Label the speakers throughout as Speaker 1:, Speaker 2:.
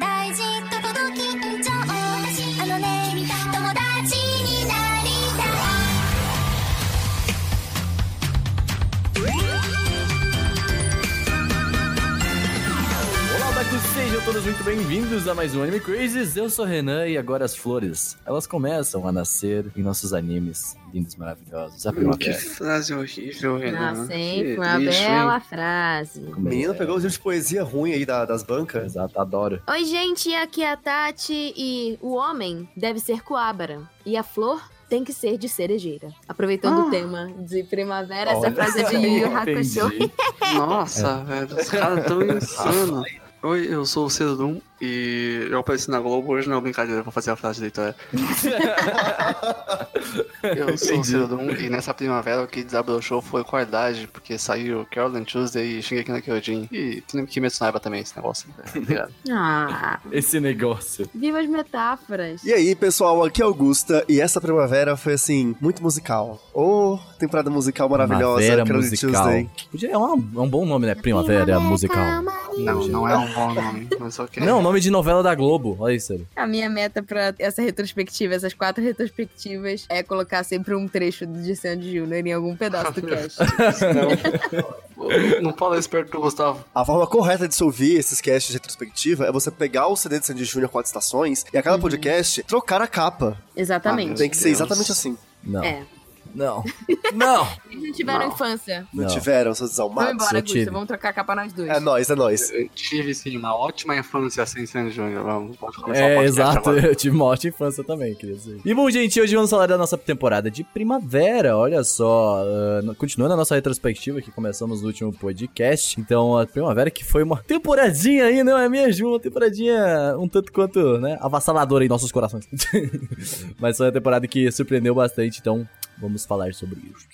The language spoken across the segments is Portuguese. Speaker 1: 大事とこど緊張あのね友達になりたい
Speaker 2: Olá, Otaku, sejam todos muito bem-vindos a mais um Anime Crazes. Eu sou o Renan e agora as flores, elas começam a nascer em nossos animes lindos, maravilhosos. A
Speaker 3: Que
Speaker 2: primavera.
Speaker 3: frase horrível,
Speaker 2: É,
Speaker 3: Renan.
Speaker 4: Ah, sempre
Speaker 3: Que
Speaker 4: uma
Speaker 3: lixo, hein?
Speaker 4: bela frase.
Speaker 5: Menino
Speaker 2: Começa-
Speaker 5: pegou os livros de poesia ruim aí da- das bancas.
Speaker 2: Exato, adoro.
Speaker 4: Oi, gente, aqui é a Tati e o homem deve ser coabara e a flor tem que ser de cerejeira. Aproveitando o tema de primavera, essa
Speaker 2: Ah. Olha
Speaker 4: frase é de
Speaker 2: só,
Speaker 4: Yu Yu
Speaker 2: entendi.
Speaker 4: Hakusho.
Speaker 3: Nossa, velho, os caras tão insano. Oi, eu sou o Cedum e eu apareci na Globo hoje, não, é brincadeira, vou fazer a frase da Itória. Eu sou o Cedum e nessa primavera o que desabrochou foi cordagem, porque saiu Carolyn Tuesday e Shingeki no Kyojin. E tem que mencionar também esse negócio. né? Obrigado.
Speaker 4: Ah,
Speaker 2: Esse negócio.
Speaker 4: viva as metáforas.
Speaker 5: E aí, pessoal, aqui é Augusta e essa primavera foi assim, muito musical. Ô, temporada musical maravilhosa,
Speaker 2: Primavera
Speaker 5: Carol de
Speaker 2: musical.
Speaker 5: Tuesday.
Speaker 2: Podia- É um, é um bom nome, né? Primavera musical.
Speaker 3: Não, não é um bom nome, mas ok.
Speaker 2: Não, nome de novela da Globo. Olha isso. aí.
Speaker 4: A minha meta pra essa retrospectiva, essas quatro retrospectivas, é colocar sempre um trecho de Sandy Júnior em algum pedaço do cast.
Speaker 3: Não, não fala isso perto do Gustavo.
Speaker 5: A forma correta de se ouvir esses casts de retrospectiva é você pegar o CD de Sandy Júnior quatro estações e a
Speaker 2: Uhum.
Speaker 5: cada podcast trocar a capa.
Speaker 4: Exatamente.
Speaker 2: Ah,
Speaker 5: Tem que ser
Speaker 3: Deus.
Speaker 5: exatamente assim.
Speaker 2: Não.
Speaker 4: É.
Speaker 2: Não. Não.
Speaker 4: Eles não tiveram
Speaker 3: Não.
Speaker 4: infância.
Speaker 5: Não,
Speaker 2: Não.
Speaker 5: tiveram, seus
Speaker 4: Vamos
Speaker 5: desalmados?
Speaker 2: eu
Speaker 4: embora,
Speaker 2: tive.
Speaker 4: Gusta. Vamos trocar a capa nós dois.
Speaker 5: É nóis, é nóis.
Speaker 3: Eu tive sim uma ótima infância sem Sandy Júnior. Vamos, vamos começar o
Speaker 2: É,
Speaker 3: podcast
Speaker 2: exato.
Speaker 3: agora.
Speaker 2: Eu tive uma ótima infância também, queria dizer. E bom, gente, hoje vamos falar da nossa temporada de primavera. Olha só, ah, no- continuando a nossa retrospectiva que começamos no último podcast. Então, a primavera que foi uma temporadinha aí, não é mesmo? Uma temporadinha um tanto quanto, né, avassaladora em nossos corações. Mas foi uma temporada que surpreendeu bastante, então vamos falar sobre isso.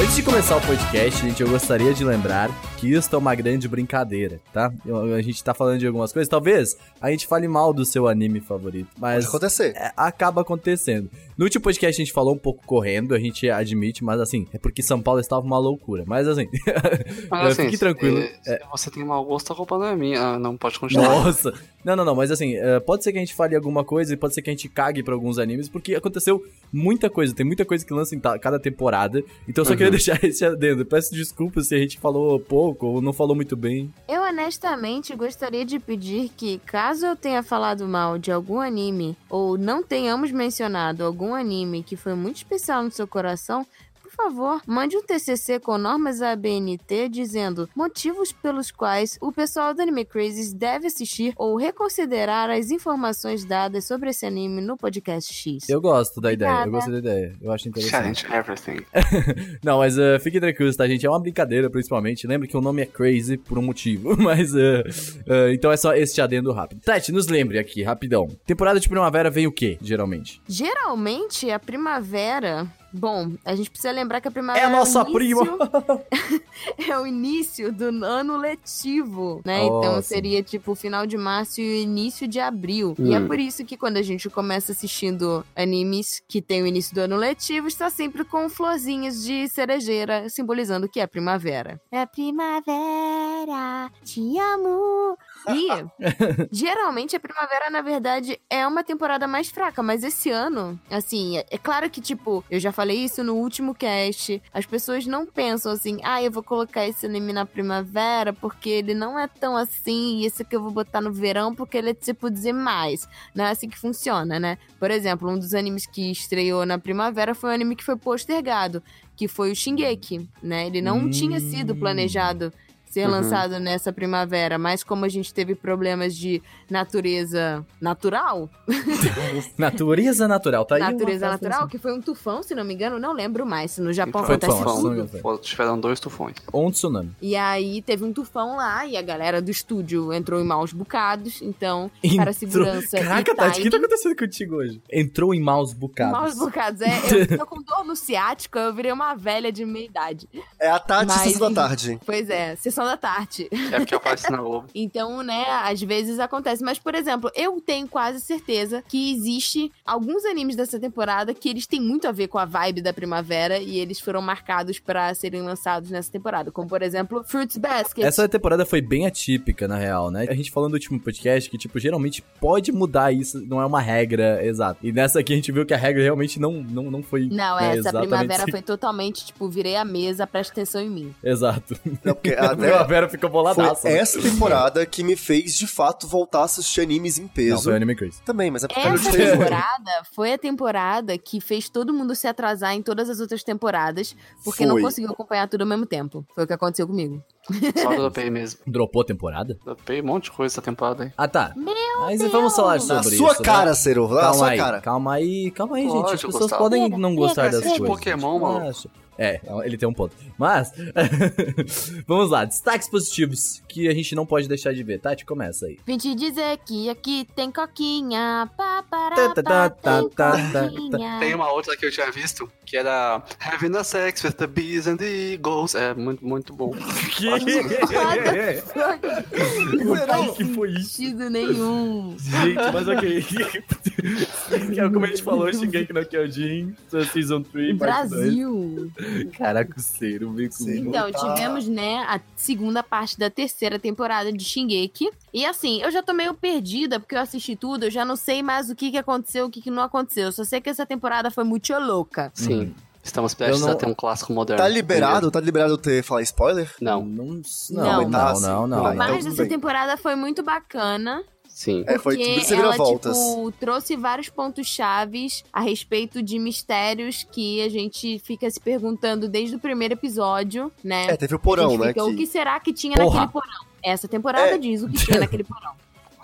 Speaker 2: Antes de começar o podcast, gente, eu gostaria de lembrar que isto é uma grande brincadeira, tá? Eu- A gente tá falando de algumas coisas, talvez a gente fale mal do seu anime favorito,
Speaker 5: Pode
Speaker 2: mas
Speaker 5: acontecer.
Speaker 2: é, acaba acontecendo. No último podcast a gente falou um pouco correndo, a gente admite, mas assim, é porque São Paulo estava uma loucura. Mas assim,
Speaker 3: Mas, assim,
Speaker 2: fique tranquilo. É.
Speaker 3: Se, se você tem mau gosto, a culpa não é minha. Ah, Não, pode continuar.
Speaker 2: Nossa! Não, não, não, mas assim, eh, pode ser que a gente fale alguma coisa e pode ser que a gente cague pra alguns animes, porque aconteceu muita coisa, tem muita coisa que lança em ta- cada temporada. Então eu só
Speaker 3: Uhum.
Speaker 2: queria deixar esse adendo. Peço desculpas se a gente falou pouco ou não falou muito bem.
Speaker 4: Eu honestamente gostaria de pedir que, caso eu tenha falado mal de algum anime ou não tenhamos mencionado algum anime que foi muito especial no seu coração, por favor, mande um TCC com normas ABNT dizendo motivos pelos quais o pessoal do Anime Crazes deve assistir ou reconsiderar as informações dadas sobre esse anime no podcast X.
Speaker 2: Eu gosto da ideia, eu
Speaker 4: Obrigada.
Speaker 2: gostei da ideia. Eu acho interessante. É,
Speaker 3: Challenge everything.
Speaker 2: Não, mas eh, fiquem tranquilos, tá, gente? É uma brincadeira, principalmente. Lembra que o nome é Crazy por um motivo, mas... eh, eh, então é só este adendo rápido. Tete, nos lembre aqui, rapidão. Temporada de primavera vem o quê, geralmente?
Speaker 4: Geralmente, a primavera... Bom, a gente precisa lembrar que a
Speaker 2: É
Speaker 4: primavera
Speaker 2: a nossa
Speaker 4: o início-
Speaker 2: prima!
Speaker 4: é o início do ano letivo, né?
Speaker 2: Oh,
Speaker 4: então
Speaker 2: sim.
Speaker 4: seria tipo o final de março e o início de abril. E é
Speaker 2: Hum.
Speaker 4: por isso que quando a gente começa assistindo animes que tem o início do ano letivo, está sempre com florzinhas de cerejeira, simbolizando que é primavera. É primavera, te amo. E geralmente a primavera, na verdade, é uma temporada mais fraca, mas esse ano, assim, é, é claro que, tipo, eu já falei isso no último cast, as pessoas não pensam assim, ah, eu vou colocar esse anime na primavera porque ele não é tão assim, e esse aqui eu vou botar no verão porque ele é tipo demais. Não é assim que funciona, né? Por exemplo, um dos animes que estreou na primavera foi um anime que foi postergado, que foi o Shingeki, né? Ele não
Speaker 2: Hum.
Speaker 4: tinha sido planejado ser
Speaker 2: Uhum.
Speaker 4: lançado nessa primavera, mas como a gente teve problemas de natureza natural,
Speaker 2: Natureza natural, tá aí. uma
Speaker 4: natureza
Speaker 2: frase
Speaker 4: natural, que foi um tufão, se não me engano, não lembro mais, se no Japão
Speaker 2: Foi um
Speaker 4: acontece
Speaker 2: tufão, né?
Speaker 4: tudo.
Speaker 2: isso. tudo.
Speaker 3: Então, Pô, Tiveram dois tufões.
Speaker 2: Ou um tsunami.
Speaker 4: E aí teve um tufão lá e a galera do estúdio entrou em maus bocados, então para
Speaker 2: Entrou-
Speaker 4: a segurança
Speaker 2: Caraca, Tati,
Speaker 4: e
Speaker 2: o que tá
Speaker 4: timing,
Speaker 2: acontecendo contigo hoje? Entrou em maus bocados.
Speaker 4: Maus bocados, é. Eu tô com dor no ciático, eu virei uma velha de meia idade.
Speaker 5: É a Tati
Speaker 4: Mas-
Speaker 5: Sessão da Tarde.
Speaker 4: Pois é, sessão da tarde.
Speaker 3: É porque eu faço na Globo.
Speaker 4: Então, né, às vezes acontece. Mas, por exemplo, eu tenho quase certeza que existe alguns animes dessa temporada que eles têm muito a ver com a vibe da primavera e eles foram marcados pra serem lançados nessa temporada. Como, por exemplo, Fruits Basket.
Speaker 2: Essa temporada foi bem atípica, na real, né? A gente falou no último podcast que, tipo, geralmente pode mudar isso, não é uma regra exata. E nessa aqui a gente viu que a regra realmente não, não, não foi.
Speaker 4: Não,
Speaker 2: né,
Speaker 4: essa
Speaker 2: exatamente-
Speaker 4: primavera foi totalmente, tipo, virei a mesa, presta atenção em mim.
Speaker 2: Exato.
Speaker 5: Não, porque
Speaker 2: A
Speaker 5: até
Speaker 2: primavera ficou
Speaker 5: foi
Speaker 2: boladaça. né?
Speaker 5: essa temporada que me fez, de fato, voltar a assistir animes em
Speaker 2: Não,
Speaker 5: peso.
Speaker 2: foi o Anime Crazy.
Speaker 5: Também, mas é porque eu não
Speaker 4: Essa
Speaker 5: tinha-
Speaker 4: temporada foi a temporada que fez todo mundo se atrasar em todas as outras temporadas, porque não
Speaker 5: Foi.
Speaker 4: conseguiu acompanhar tudo ao mesmo tempo. Foi o que aconteceu comigo.
Speaker 3: Só dropei mesmo.
Speaker 2: Dropou a temporada?
Speaker 3: Dropei um monte de coisa essa temporada aí.
Speaker 2: Ah, tá.
Speaker 4: Meu
Speaker 2: Mas vamos falar sobre
Speaker 5: Na
Speaker 2: isso.
Speaker 5: sua
Speaker 2: né?
Speaker 5: cara, Ciro, na
Speaker 2: Calma
Speaker 5: sua
Speaker 2: aí,
Speaker 5: cara.
Speaker 2: calma aí, calma aí, gente.
Speaker 3: Lógico,
Speaker 2: As pessoas
Speaker 3: Gustavo.
Speaker 2: podem
Speaker 4: Pega,
Speaker 2: não gostar
Speaker 4: pega,
Speaker 2: das
Speaker 3: assiste
Speaker 2: coisas.
Speaker 3: Pokémon,
Speaker 2: Tipo,
Speaker 3: mano.
Speaker 2: acho- É, ele tem um ponto. Mas, vamos lá. Destaques positivos que a gente não pode deixar de ver. Tati, começa aí.
Speaker 4: Vim te dizer que aqui tem coquinha, papará,
Speaker 2: Tá, tá, tá,
Speaker 4: tem
Speaker 2: tá, tá,
Speaker 4: coquinha.
Speaker 3: Tem uma outra que eu tinha visto, que era Having a Sex with the Bees and the Eagles. É muito, muito bom.
Speaker 2: Que?
Speaker 4: Não
Speaker 2: que foi
Speaker 4: faz sentido nenhum.
Speaker 2: Gente, mas ok. É Como a gente falou, Shingeki no Kyojin, Season 3,
Speaker 4: Brasil.
Speaker 2: Caraca, o Ciro, o bico.
Speaker 5: Ciro.
Speaker 4: Então,
Speaker 5: Tá.
Speaker 4: tivemos, né, a segunda parte da terceira temporada de Shingeki. E assim, eu já tô meio perdida, porque eu assisti tudo, eu já não sei mais o que, que aconteceu, o que, que não aconteceu. Eu só sei que essa temporada foi muito louca.
Speaker 3: Sim. Estamos prestes
Speaker 2: Hum. Eu não-
Speaker 3: a ter um clássico moderno.
Speaker 5: Tá liberado? Tá liberado ter falar spoiler?
Speaker 3: Não,
Speaker 2: Então. Não,
Speaker 4: Não,
Speaker 2: não,
Speaker 5: tá
Speaker 2: não,
Speaker 5: assim.
Speaker 2: não,
Speaker 5: Vai,
Speaker 2: não.
Speaker 5: então-
Speaker 4: Mas
Speaker 5: tudo
Speaker 4: essa
Speaker 5: bem.
Speaker 4: temporada foi muito bacana,
Speaker 3: sim.
Speaker 5: É, foi
Speaker 4: porque
Speaker 5: tudo
Speaker 4: ela,
Speaker 5: voltas.
Speaker 4: tipo, trouxe vários pontos chaves a respeito de mistérios que a gente fica se perguntando desde o primeiro episódio, né?
Speaker 5: É, teve o
Speaker 4: A gente
Speaker 5: porão, né?
Speaker 4: fica, O
Speaker 5: que-
Speaker 4: que será que tinha
Speaker 2: Porra.
Speaker 4: naquele porão? Essa temporada
Speaker 5: É.
Speaker 4: diz o que tinha naquele porão.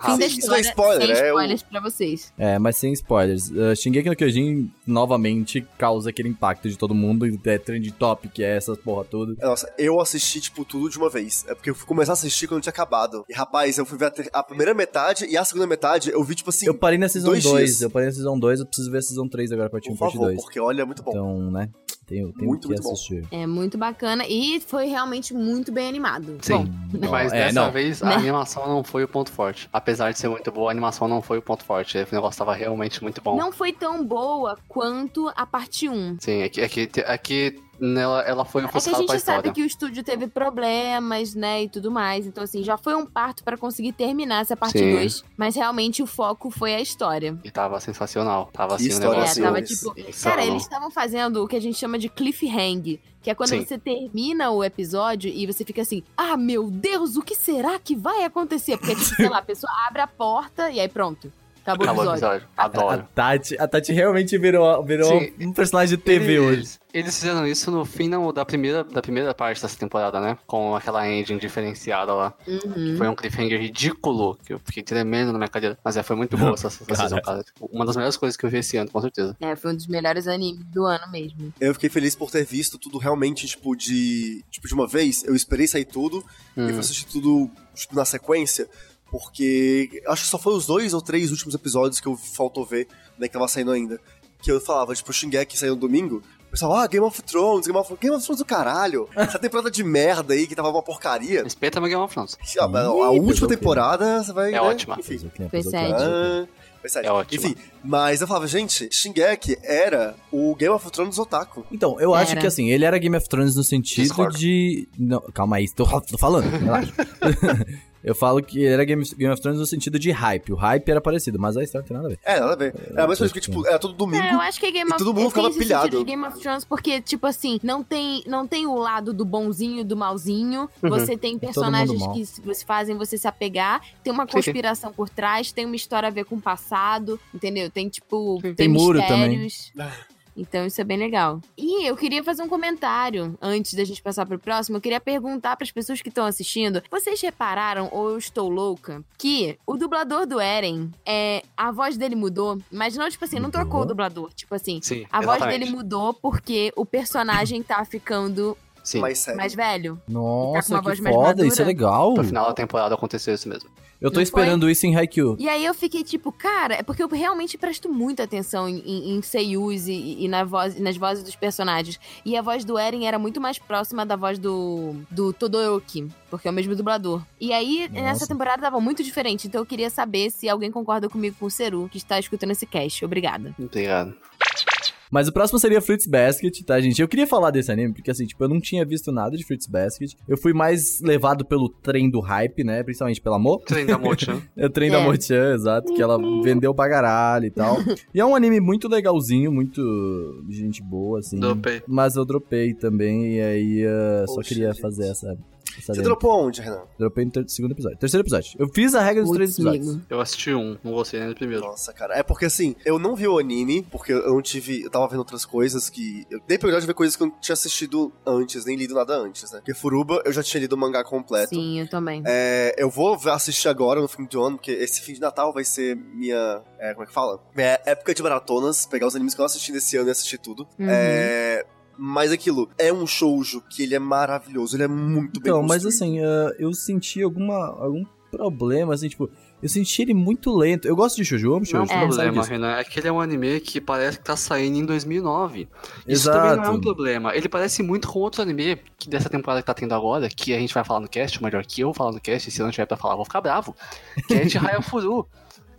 Speaker 3: Ah,
Speaker 4: Fim da
Speaker 5: Sim, isso não é
Speaker 4: história,
Speaker 5: spoiler,
Speaker 4: sem
Speaker 5: é o-
Speaker 4: spoilers pra vocês.
Speaker 2: É, mas sem spoilers. Uh, Shingeki no Kyojin novamente causa aquele impacto de todo mundo e é trend top que é essa porra toda.
Speaker 5: Nossa, eu assisti, tipo, tudo de uma vez. É porque eu fui começar a assistir quando tinha acabado. E, rapaz, eu fui ver a, ter- a primeira metade e a segunda metade eu vi, tipo assim,
Speaker 2: Eu parei na Season
Speaker 5: dois
Speaker 2: 2,
Speaker 5: dias.
Speaker 2: eu parei na Season 2, eu preciso ver a Season 3 agora pra Team
Speaker 5: por
Speaker 2: Parte
Speaker 5: favor,
Speaker 2: 2.
Speaker 5: porque olha, é muito bom.
Speaker 2: Então, né, tenho, tenho
Speaker 5: Muito,
Speaker 2: que
Speaker 5: muito bom.
Speaker 2: assistir.
Speaker 4: É muito bacana e foi realmente muito bem animado.
Speaker 3: Sim.
Speaker 4: Bom,
Speaker 3: Mas
Speaker 2: Não, é,
Speaker 3: dessa
Speaker 2: não.
Speaker 3: vez a
Speaker 4: Né?
Speaker 3: animação não foi o ponto forte. Apesar de ser muito boa, a animação não foi o ponto forte. O negócio tava realmente muito bom.
Speaker 4: não foi tão boa quanto a parte 1.
Speaker 3: Sim, é aqui, aqui, aqui nela, ela foi
Speaker 4: É que a
Speaker 3: ofuscada pra
Speaker 4: gente
Speaker 3: história.
Speaker 4: sabe que o estúdio teve problemas, né, e tudo mais. Então, assim, já foi um parto pra conseguir terminar essa parte
Speaker 3: Sim.
Speaker 4: 2. Mas realmente o foco foi a história.
Speaker 3: E tava sensacional. Tava
Speaker 5: Que
Speaker 3: assim, um
Speaker 5: história né?
Speaker 4: É,
Speaker 5: Nossa,
Speaker 3: negócio.
Speaker 4: tava
Speaker 5: eu-
Speaker 4: tipo.
Speaker 3: insano.
Speaker 4: Cara, eles estavam fazendo o que a gente chama de cliffhang, que é quando
Speaker 3: Sim.
Speaker 4: você termina o episódio e você fica assim, ah, meu Deus, o que será que vai acontecer? Porque, tipo, sei lá, a pessoa abre a porta e aí pronto, acabou o
Speaker 3: Acabou o
Speaker 4: episódio.
Speaker 3: episódio.
Speaker 2: A
Speaker 3: Adoro.
Speaker 2: Tati, a Tati realmente virou, virou
Speaker 3: Sim.
Speaker 2: um personagem de TV hoje.
Speaker 3: Eles, eles fizeram isso no fim não, da, primeira, da primeira parte dessa temporada, né? Com aquela engine diferenciada lá.
Speaker 4: Uhum.
Speaker 3: Foi um cliffhanger ridículo, que eu fiquei tremendo na minha cadeira. Mas é, foi muito boa essa sensação, cara. Tipo, uma das melhores coisas que eu vi esse ano, com certeza.
Speaker 4: É, foi um dos melhores animes do ano mesmo.
Speaker 5: Eu fiquei feliz por ter visto tudo realmente, tipo, de. Tipo, de uma vez. Eu esperei sair tudo e fui
Speaker 3: Hum,
Speaker 5: assistir tudo, tipo, na sequência. Porque acho que só foi os dois ou três últimos episódios que eu faltou ver, né, que tava saindo ainda. Que eu falava, tipo, o Shingeki saiu no domingo. O pessoal, ah, Game of Thrones, Game of, Game of Thrones do caralho. Essa temporada de merda aí que tava uma porcaria.
Speaker 3: Respeita meu Game of Thrones.
Speaker 5: A, a- a
Speaker 2: Ih,
Speaker 5: última
Speaker 2: pesou
Speaker 5: temporada, você vai.
Speaker 3: É
Speaker 5: né,
Speaker 3: ótima.
Speaker 5: Enfim.
Speaker 4: Foi
Speaker 2: É
Speaker 5: Ah, vai sair.
Speaker 3: É ótima.
Speaker 5: Enfim, mas eu falava, gente, Shingeki era o Game of Thrones otaku.
Speaker 2: Então, eu acho
Speaker 4: Era.
Speaker 2: que assim, ele era Game of Thrones no sentido
Speaker 3: Discordo.
Speaker 2: de. Não, calma aí, tô, tô falando, relaxa. eu falo que ele era Game, Game of Thrones no sentido de hype. O hype era parecido, mas a história não tem nada a ver.
Speaker 5: É, nada a ver. Era a mesma coisa que, tipo, era todo domingo.
Speaker 4: É, eu acho que Game
Speaker 5: E
Speaker 4: of
Speaker 5: todo mundo
Speaker 4: eu tenho
Speaker 5: ficava
Speaker 4: esse
Speaker 5: pilhado.
Speaker 4: sentido de Game of Thrones porque tipo assim, não tem não tem o lado do bonzinho e do malzinho. Você tem
Speaker 2: todo
Speaker 4: personagens
Speaker 2: mundo mal.
Speaker 4: que se- você- fazem você se apegar, tem uma
Speaker 3: sim.
Speaker 4: conspiração por trás, tem uma história a ver com o passado, entendeu? Tem tipo,
Speaker 2: Tem muro
Speaker 4: mistérios. Então isso é bem legal. E eu queria fazer um comentário antes da gente passar pro próximo. Eu queria perguntar pras pessoas que estão assistindo: vocês repararam, ou eu estou louca, que o dublador do Eren, é, a voz dele mudou, mas não, tipo assim, não
Speaker 2: Mudou?
Speaker 4: trocou o dublador. Tipo assim,
Speaker 3: Sim,
Speaker 4: a voz
Speaker 3: exatamente.
Speaker 4: dele mudou porque o personagem tá ficando
Speaker 3: Sim,
Speaker 5: mais sério.
Speaker 4: mais velho.
Speaker 2: Nossa,
Speaker 4: Tá uma
Speaker 2: que
Speaker 4: voz
Speaker 2: foda,
Speaker 4: mais madura.
Speaker 2: isso é legal.
Speaker 3: pro final da temporada aconteceu isso mesmo.
Speaker 2: Eu tô
Speaker 4: Não
Speaker 2: esperando isso em Haikyuu.
Speaker 4: E aí eu fiquei tipo, cara, é porque eu realmente presto muita atenção em, em, em seiyus e, e na voz, nas vozes dos personagens. E a voz do Eren era muito mais próxima da voz do, do Todoroki, porque é o mesmo dublador. E aí,
Speaker 2: Nossa.
Speaker 4: nessa temporada tava muito diferente, então eu queria saber se alguém concorda comigo com o Seru, que está escutando esse cast. Obrigada.
Speaker 3: Obrigado.
Speaker 2: Mas o próximo seria Fruits Basket, tá, gente? Eu queria falar desse anime, porque assim, tipo, eu não tinha visto nada de Fruits Basket. Eu fui mais levado pelo trem do hype, né? Principalmente pela Mo.
Speaker 3: Trem da Mochan.
Speaker 2: É o trem da
Speaker 4: É.
Speaker 2: Mochan, exato, que ela vendeu pra caralho e tal. e é um anime muito legalzinho, muito gente boa, assim.
Speaker 3: Dopei.
Speaker 2: Mas eu dropei também, e aí ah, só
Speaker 5: Poxa,
Speaker 2: queria
Speaker 5: gente.
Speaker 2: fazer essa. essa
Speaker 5: Você
Speaker 2: demo.
Speaker 5: dropou onde, Renan?
Speaker 2: Dropei no ter- segundo episódio. Terceiro episódio. Eu fiz a regra dos três
Speaker 4: Putz,
Speaker 2: episódios.
Speaker 4: amigo.
Speaker 3: Eu assisti um, não gostei nem do primeiro.
Speaker 5: Nossa, cara. É porque assim, eu não vi o anime, porque eu não tive. Eu tava vendo outras coisas que. Eu dei prioridade de ver coisas que eu não tinha assistido antes, nem lido nada antes, né? Porque Furuba eu já tinha lido o mangá completo.
Speaker 4: Sim, eu também.
Speaker 5: É, eu vou ver- assistir agora no fim do ano, porque esse fim de Natal vai ser minha. é, como é que fala? Minha época de maratonas, pegar os animes que eu não assisti nesse ano e assistir tudo.
Speaker 4: Uhum.
Speaker 5: É, mas aquilo, é um shoujo que ele é maravilhoso, ele é muito bem
Speaker 2: Então, mas
Speaker 5: construído.
Speaker 2: assim, ah, eu senti alguma, algum problema, assim, tipo, eu senti ele muito lento. Eu gosto de Shoujo, amo
Speaker 3: Não é
Speaker 2: Shoujo,
Speaker 3: um
Speaker 2: todo mundo sabe
Speaker 3: problema,
Speaker 2: disso.
Speaker 3: Renan. É que ele é um anime que parece que tá saindo em 2009. Isso também não é um
Speaker 2: Exato.
Speaker 3: problema. Ele parece muito com outro anime que dessa temporada que tá tendo agora, que a gente vai falar no cast, ou melhor, que eu vou falar no cast, e se eu não tiver pra falar, eu vou ficar bravo. Que é de Hayafuru.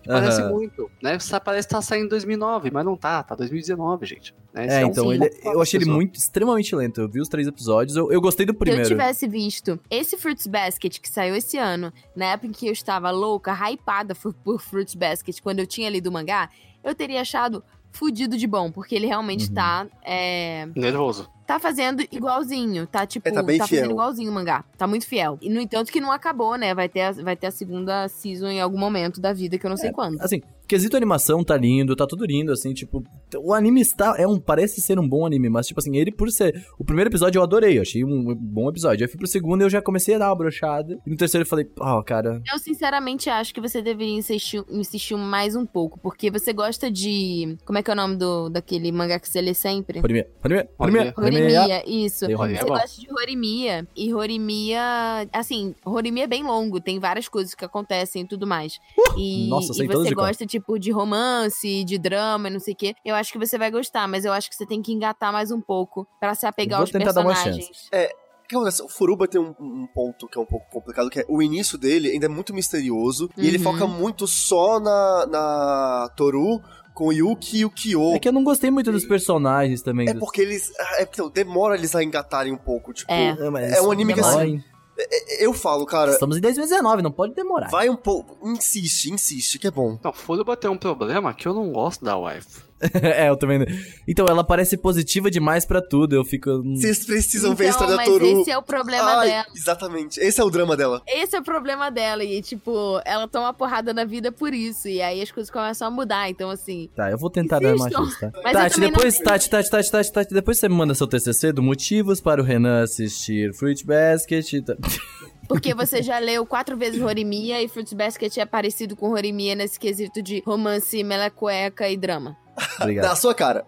Speaker 3: Parece
Speaker 2: Aham.
Speaker 3: muito, né? Sa- Parece que tá saindo em 2009, mas não tá, tá 2019, gente. né? Esse
Speaker 2: É,
Speaker 3: um
Speaker 2: então,
Speaker 4: Sim.
Speaker 2: ele,
Speaker 3: pouco
Speaker 2: eu achei ele
Speaker 3: pessoal.
Speaker 2: muito, extremamente lento. Eu vi os três episódios, eu, eu gostei do primeiro.
Speaker 4: Se eu tivesse visto esse Fruits Basket que saiu esse ano, na época em que eu estava louca, hypada fu- por, Fruits Basket, quando eu tinha lido o mangá, eu teria achado fudido de bom, porque ele realmente
Speaker 2: Uhum.
Speaker 4: tá. é,
Speaker 3: Nervoso.
Speaker 4: tá fazendo igualzinho. Tá tipo.
Speaker 5: É, tá bem
Speaker 4: fazendo
Speaker 5: fiel.
Speaker 4: igualzinho o mangá. Tá muito fiel. E no entanto que não acabou, né? Vai ter, a- vai ter a segunda season em algum momento da vida, que eu não
Speaker 5: É.
Speaker 4: sei quando.
Speaker 2: Assim, quesito animação tá lindo, tá tudo lindo, assim, tipo, o anime está, é um, parece ser um bom anime, mas, tipo assim, ele por ser, o primeiro episódio eu adorei, eu achei um bom episódio, aí fui pro segundo e eu já comecei a dar uma brochada, e no terceiro eu falei, "Ah, ó, cara,
Speaker 4: Eu sinceramente acho que você deveria insistir, insistir mais um pouco, porque você gosta de. Como é que é o nome do, daquele mangá que você lê sempre?
Speaker 2: primeiro, primeiro,
Speaker 3: Olha.
Speaker 2: primeiro, primeiro,
Speaker 4: Horimiya, isso.
Speaker 3: Olha. É
Speaker 4: Você
Speaker 3: bom.
Speaker 4: gosta de Horimiya. E Horimiya, assim, Horimiya é bem longo, tem várias coisas que acontecem e tudo mais. e
Speaker 2: Uh! Nossa, sei
Speaker 4: e
Speaker 2: todas
Speaker 4: você
Speaker 2: de cor.
Speaker 4: gosta, tipo, de romance, de drama e não sei o quê. Eu acho que você vai gostar, mas eu acho que você tem que engatar mais um pouco pra se apegar
Speaker 2: Vou
Speaker 4: aos
Speaker 2: tentar dar uma
Speaker 4: personagens.
Speaker 5: O que acontece? O Furuba tem um, um ponto que é um pouco complicado, que é o início dele ainda é muito misterioso, e ele
Speaker 4: Uhum.
Speaker 5: foca muito só na, na Toru com o Yuki e o Kyo.
Speaker 2: é que eu não gostei muito dos personagens também,
Speaker 5: É
Speaker 2: dos-
Speaker 5: porque eles. É, então, demora eles a engatarem um pouco. Tipo,
Speaker 4: É.
Speaker 2: Ah, mas
Speaker 5: É um anime
Speaker 4: que,
Speaker 2: demora,
Speaker 5: assim,
Speaker 2: hein?
Speaker 5: é- eu falo, cara,
Speaker 2: Estamos em 2019, não pode demorar.
Speaker 5: vai um pouco. Insiste, insiste, que é bom.
Speaker 3: Não, Furuba tem um problema que eu não gosto da wife.
Speaker 2: é, eu também. não- Então, ela parece positiva demais pra tudo, eu fico. hum,
Speaker 5: Vocês precisam
Speaker 4: Então,
Speaker 5: ver a história da
Speaker 4: mas
Speaker 5: Toru.
Speaker 4: esse é o problema
Speaker 5: Ai,
Speaker 4: dela.
Speaker 5: Exatamente. Esse é o drama dela.
Speaker 4: Esse é o problema dela. E, tipo, ela toma porrada na vida por isso. E aí as coisas começam a mudar. Então, assim,
Speaker 2: Tá, eu vou tentar dar
Speaker 4: Existam.
Speaker 2: mais chance, tá?
Speaker 4: Mas eu
Speaker 2: Tati,
Speaker 4: também não-
Speaker 2: depois, Tati, Tati, Tati, Tati, Tati, depois você me manda seu TCC do motivos para o Renan assistir Fruit Basket. e tá-
Speaker 4: Porque você já leu quatro vezes Horimiya e Fruits Basket é parecido com Horimiya nesse quesito de romance, melacueca e drama.
Speaker 2: Obrigado.
Speaker 5: Na sua cara.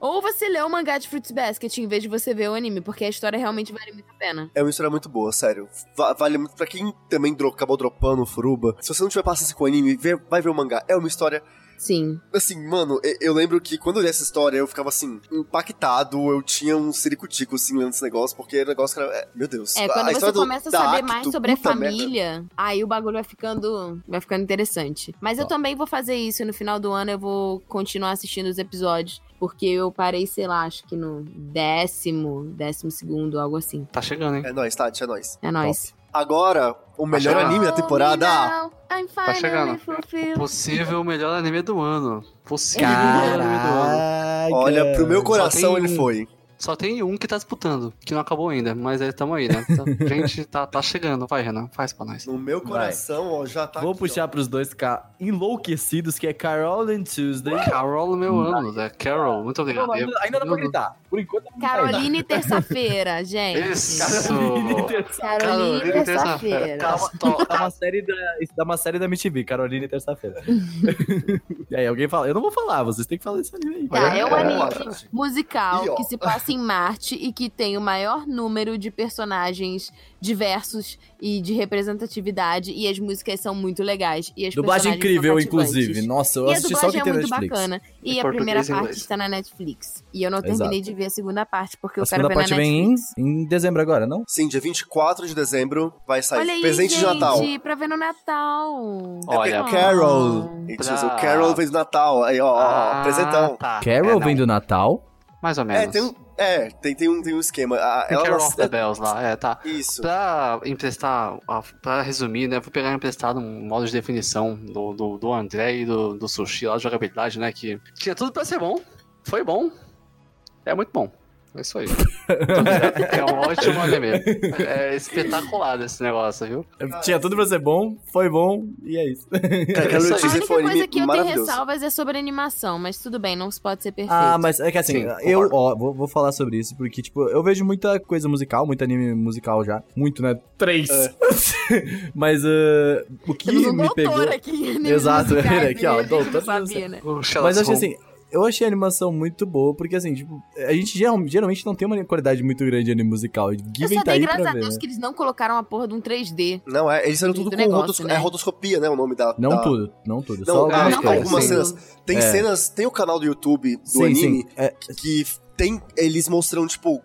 Speaker 4: Ou você lê o mangá de Fruits Basket em vez de você ver o anime, porque a história realmente vale muito a pena.
Speaker 5: É uma história muito boa, sério. Va- vale muito. Pra quem também dro acabou dropando o Furuba, se você não tiver paciência com o anime, vê- vai ver o mangá. É uma história.
Speaker 4: Sim.
Speaker 5: Assim, mano, e- eu lembro que quando eu li essa história, eu ficava assim, impactado. Eu tinha um ciricutico, assim, lendo esse negócio, porque era um negócio que era. é, Meu Deus.
Speaker 4: É,
Speaker 5: A-
Speaker 4: quando
Speaker 5: a
Speaker 4: você
Speaker 5: história do-
Speaker 4: começa a
Speaker 5: da
Speaker 4: saber
Speaker 5: Acto,
Speaker 4: mais sobre a
Speaker 5: puta merda.
Speaker 4: família, aí o bagulho vai ficando, vai ficando interessante. Mas eu também vou fazer isso no final do ano, eu vou continuar assistindo os episódios, porque eu parei, sei lá, acho que no décimo, décimo segundo, algo assim.
Speaker 3: Tá chegando, hein?
Speaker 5: É nóis, Tati, é nóis.
Speaker 4: É nóis.
Speaker 5: Agora, o melhor
Speaker 3: chegando.
Speaker 5: anime da temporada.
Speaker 4: Oh, me now, I'm
Speaker 3: Tá chegando.
Speaker 4: finally fulfilled.
Speaker 3: Possível melhor
Speaker 2: é
Speaker 3: anime do ano. Possível melhor anime do ano.
Speaker 2: Caraca.
Speaker 5: Olha, pro meu
Speaker 3: Só
Speaker 5: coração
Speaker 3: tem
Speaker 5: ele
Speaker 3: um.
Speaker 5: foi.
Speaker 3: Só tem um que tá disputando, que não acabou ainda, mas aí tamo aí, né? Tá- gente, tá, tá chegando. Vai, Renan, faz pra nós.
Speaker 5: No meu coração, ó, já tá
Speaker 2: Vou
Speaker 5: aqui,
Speaker 2: puxar
Speaker 5: ó.
Speaker 2: pros dois ficar enlouquecidos, que é Carol and Tuesday.
Speaker 3: Carol, meu ano, né? Carol, muito obrigado.
Speaker 2: Não, ainda, ainda dá pra gritar. Por enquanto, não vai dar.
Speaker 4: Caroline terça-feira, gente.
Speaker 3: Isso!
Speaker 4: Caroline
Speaker 3: Caroline terça-feira.
Speaker 4: terça-feira.
Speaker 2: Dá dá uma série da, isso dá uma série da MTV, Caroline terça-feira. e aí alguém fala, eu não vou falar, vocês têm que falar desse anime aí.
Speaker 4: Tá, é um
Speaker 5: Olha,
Speaker 4: anime musical
Speaker 5: E, ó.
Speaker 4: que se passa em Marte e que tem o maior número de personagens diversos e de representatividade. E as músicas são muito legais. E as
Speaker 2: Dublagem
Speaker 4: personagens são
Speaker 2: incrível,
Speaker 4: cativantes.
Speaker 2: inclusive. Nossa, eu
Speaker 4: E a
Speaker 2: assisti só o que
Speaker 4: dublagem é
Speaker 2: tem na
Speaker 4: muito
Speaker 2: Netflix.
Speaker 4: bacana. E,
Speaker 3: Em
Speaker 4: a primeira
Speaker 3: português e
Speaker 4: parte
Speaker 3: inglês.
Speaker 4: está na Netflix. E eu não
Speaker 2: Exato.
Speaker 4: terminei de ver a segunda parte, porque
Speaker 2: A
Speaker 4: eu quero
Speaker 2: segunda
Speaker 4: ver
Speaker 2: parte
Speaker 4: na
Speaker 2: vem em,
Speaker 4: Netflix.
Speaker 2: em dezembro agora, não?
Speaker 5: Sim, dia 24 de dezembro vai sair.
Speaker 4: Olha aí,
Speaker 5: Presente
Speaker 4: gente,
Speaker 5: de Natal.
Speaker 4: pra ver no Natal.
Speaker 5: É porque
Speaker 3: Olha.
Speaker 5: Carol. Eles
Speaker 3: Pra-
Speaker 5: usam Carol vem do Natal. Aí, ó, ó, apresentão.
Speaker 3: Tá. É,
Speaker 2: Carol
Speaker 3: não,
Speaker 2: vem do Natal.
Speaker 3: Mais ou menos.
Speaker 5: É, tem um, é tem, tem um, tem um esquema. A-
Speaker 3: Tem
Speaker 5: ela
Speaker 3: Carol of
Speaker 5: nasce-
Speaker 3: the Bells lá, é, tá.
Speaker 5: Isso.
Speaker 3: Pra emprestar, a- pra resumir, né? Vou pegar emprestado um modo de definição do, do, do André e do, do Sushi lá de jogabilidade, né? Que tinha tudo pra ser bom, foi bom, é muito bom. É isso aí. é um ótimo anime. É espetacular esse negócio, viu?
Speaker 2: Tinha tudo pra ser bom, foi bom, e é isso.
Speaker 5: Cara, Carol
Speaker 3: isso aí.
Speaker 4: A
Speaker 5: Tuesday
Speaker 4: única
Speaker 5: foi um
Speaker 4: coisa
Speaker 5: anime
Speaker 4: que eu tenho
Speaker 5: maravilhoso.
Speaker 4: ressalvas é sobre animação, mas tudo bem, não se pode ser perfeito.
Speaker 2: Ah, mas é que assim,
Speaker 3: Sim,
Speaker 2: eu
Speaker 3: concordo.
Speaker 2: ó, vou, vou falar sobre isso, porque, tipo, eu vejo muita coisa musical, muito anime musical já. Muito, né? Três. Mas ah, o que
Speaker 4: Temos um
Speaker 2: me
Speaker 4: doutor
Speaker 2: pegou.
Speaker 4: aqui. em animes
Speaker 2: Exato,
Speaker 4: musicais,
Speaker 2: ele aqui, ó,
Speaker 4: né? A gente
Speaker 2: doutor
Speaker 4: não sabia, né?
Speaker 3: O
Speaker 2: Mas eu achei
Speaker 3: Sherlock
Speaker 2: assim, eu achei a animação muito boa, porque assim, tipo, a gente geral- geralmente não tem uma qualidade muito grande de anime musical.
Speaker 4: Eu
Speaker 2: Given
Speaker 4: só
Speaker 2: tá aí
Speaker 4: dei graças
Speaker 2: pra
Speaker 4: a
Speaker 2: ver.
Speaker 4: Deus
Speaker 2: né?
Speaker 4: que eles não colocaram a porra de um 3D.
Speaker 5: Não, é, eles eram
Speaker 4: Do
Speaker 5: tudo com
Speaker 4: negócio,
Speaker 5: rotos-
Speaker 4: né?
Speaker 5: é, rotoscopia, né? O nome da.
Speaker 2: Não
Speaker 5: da-
Speaker 2: tudo, não tudo. só
Speaker 5: Não, é,
Speaker 2: algumas
Speaker 3: não,
Speaker 2: coisas.
Speaker 5: algumas
Speaker 2: Ah, sim.
Speaker 4: coisas.
Speaker 5: cenas. Tem
Speaker 2: É.
Speaker 5: cenas. Tem o canal do YouTube do
Speaker 2: Sim,
Speaker 5: anime
Speaker 2: sim. É,
Speaker 5: que tem. Eles mostram, tipo.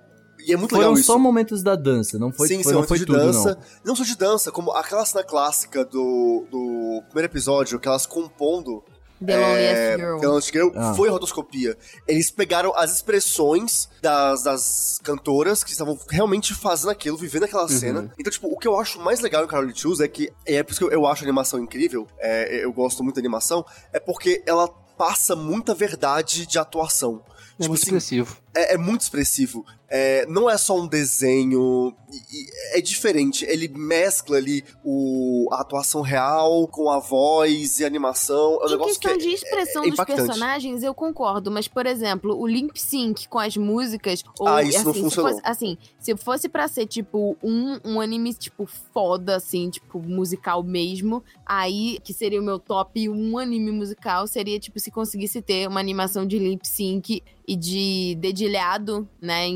Speaker 5: E é muito
Speaker 2: foram
Speaker 5: legal isso.
Speaker 2: só momentos da dança, não foi,
Speaker 5: Sim,
Speaker 2: foi,
Speaker 5: são
Speaker 2: não foi
Speaker 5: de
Speaker 2: tudo,
Speaker 5: dança.
Speaker 2: não.
Speaker 5: Não. só de dança, como aquela cena clássica do, do primeiro episódio, que elas compondo
Speaker 4: The Loneliest
Speaker 5: é,
Speaker 4: Girl.
Speaker 5: que elas tiveram,
Speaker 2: Ah.
Speaker 5: foi rotoscopia. Eles pegaram as expressões das, das cantoras que estavam realmente fazendo aquilo, vivendo
Speaker 3: Uhum.
Speaker 5: aquela cena. Então, tipo, o que eu acho mais legal em Carol Choose é que, é por isso que eu, eu acho a animação incrível, é, eu gosto muito da animação, é porque ela passa muita verdade de atuação.
Speaker 3: é
Speaker 5: tipo
Speaker 3: muito
Speaker 5: assim,
Speaker 3: expressivo.
Speaker 5: é, é muito expressivo. É, não é só um desenho. e- e é diferente. Ele mescla ali o, a atuação real com a voz e a animação. É um
Speaker 4: Em
Speaker 5: negócio que
Speaker 4: questão
Speaker 5: é,
Speaker 4: de expressão
Speaker 5: é
Speaker 4: dos
Speaker 5: impactante.
Speaker 4: personagens, eu concordo, mas, por exemplo, o lip sync com as músicas. Ou,
Speaker 5: Ah, isso
Speaker 4: assim,
Speaker 5: não
Speaker 4: se
Speaker 5: funcionou.
Speaker 4: fosse, assim, se fosse pra ser, tipo, um, um anime, tipo, foda, assim, tipo, musical mesmo, aí que seria o meu top um anime musical, seria, tipo, se conseguisse ter uma animação de lip sync e de dedilhado, né,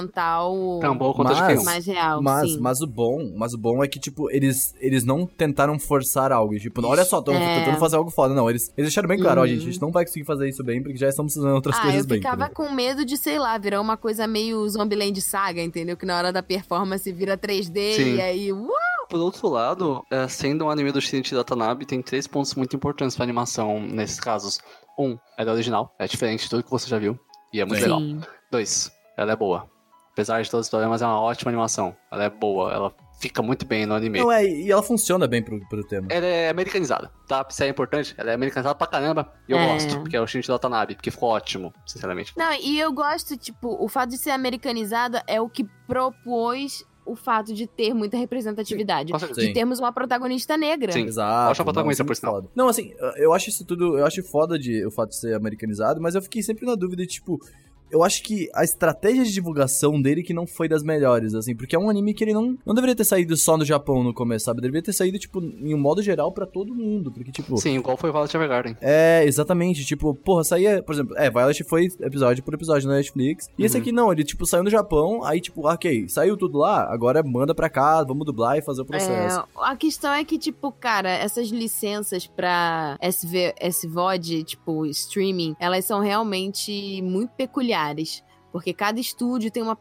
Speaker 4: instrumental
Speaker 3: Tambor é um contra de
Speaker 2: Mas-
Speaker 3: canhão.
Speaker 4: mais real.
Speaker 2: Mas,
Speaker 4: sim.
Speaker 2: mas o bom, mas o bom é que, tipo, eles, eles não tentaram forçar algo. Tipo, olha só, estamos
Speaker 4: É.
Speaker 2: tentando fazer algo foda. Não, eles, eles deixaram bem claro, ó,
Speaker 4: Uhum.
Speaker 2: gente, a gente não vai conseguir fazer isso bem, porque já estamos fazendo outras
Speaker 4: Ah, eu
Speaker 2: coisas bem.
Speaker 4: ficava
Speaker 2: entendeu?
Speaker 4: com medo de, sei lá, virar uma coisa meio Zombieland Saga, entendeu? Que na hora da performance vira 3D
Speaker 3: Sim.
Speaker 4: e aí... uh,
Speaker 3: Por outro lado, é, sendo um anime do Shinichi Watanabe, tem três pontos muito importantes pra animação nesses casos. Um, ela é original, é diferente de tudo que você já viu, e é muito legal.
Speaker 4: Sim.
Speaker 3: Dois, ela é boa. Apesar de todos os problemas, é uma ótima animação. Ela é boa, ela fica muito bem no anime.
Speaker 2: Não, é, e ela funciona bem pro, pro tema.
Speaker 3: Ela é americanizada, tá? Se é importante, ela é americanizada pra caramba. E eu
Speaker 4: É.
Speaker 3: gosto, porque é o Shinichi Watanabe, porque ficou ótimo, sinceramente.
Speaker 4: Não, e eu gosto, tipo, o fato de ser americanizada é o que propôs o fato de ter muita representatividade.
Speaker 3: Com certeza.
Speaker 2: Sim.
Speaker 4: De termos uma protagonista negra.
Speaker 3: Sim.
Speaker 2: Exato.
Speaker 3: Acho a protagonista,
Speaker 2: não,
Speaker 3: por
Speaker 2: isso é
Speaker 3: sinal.
Speaker 2: foda. Não, assim, eu acho isso tudo. Eu acho foda de, o fato de ser americanizado, mas eu fiquei sempre na dúvida, tipo. Eu acho que a estratégia de divulgação dele que não foi das melhores, assim, porque é um anime que ele não, não deveria ter saído só no Japão no começo, sabe? Deveria ter saído, tipo, em um modo geral pra todo mundo, porque, tipo.
Speaker 3: Sim, igual foi Violet Evergarden.
Speaker 2: É, exatamente. Tipo, porra, saía, por exemplo, é, Violet foi episódio por episódio na Netflix. E esse
Speaker 3: Uhum.
Speaker 2: aqui não, ele, tipo, saiu no Japão, aí, tipo, ok, saiu tudo lá, agora manda pra cá, vamos dublar e fazer o processo.
Speaker 4: É, a questão é que, tipo, cara, essas licenças pra SV, SVOD, tipo, streaming, elas são realmente muito peculiares. Porque cada estúdio tem uma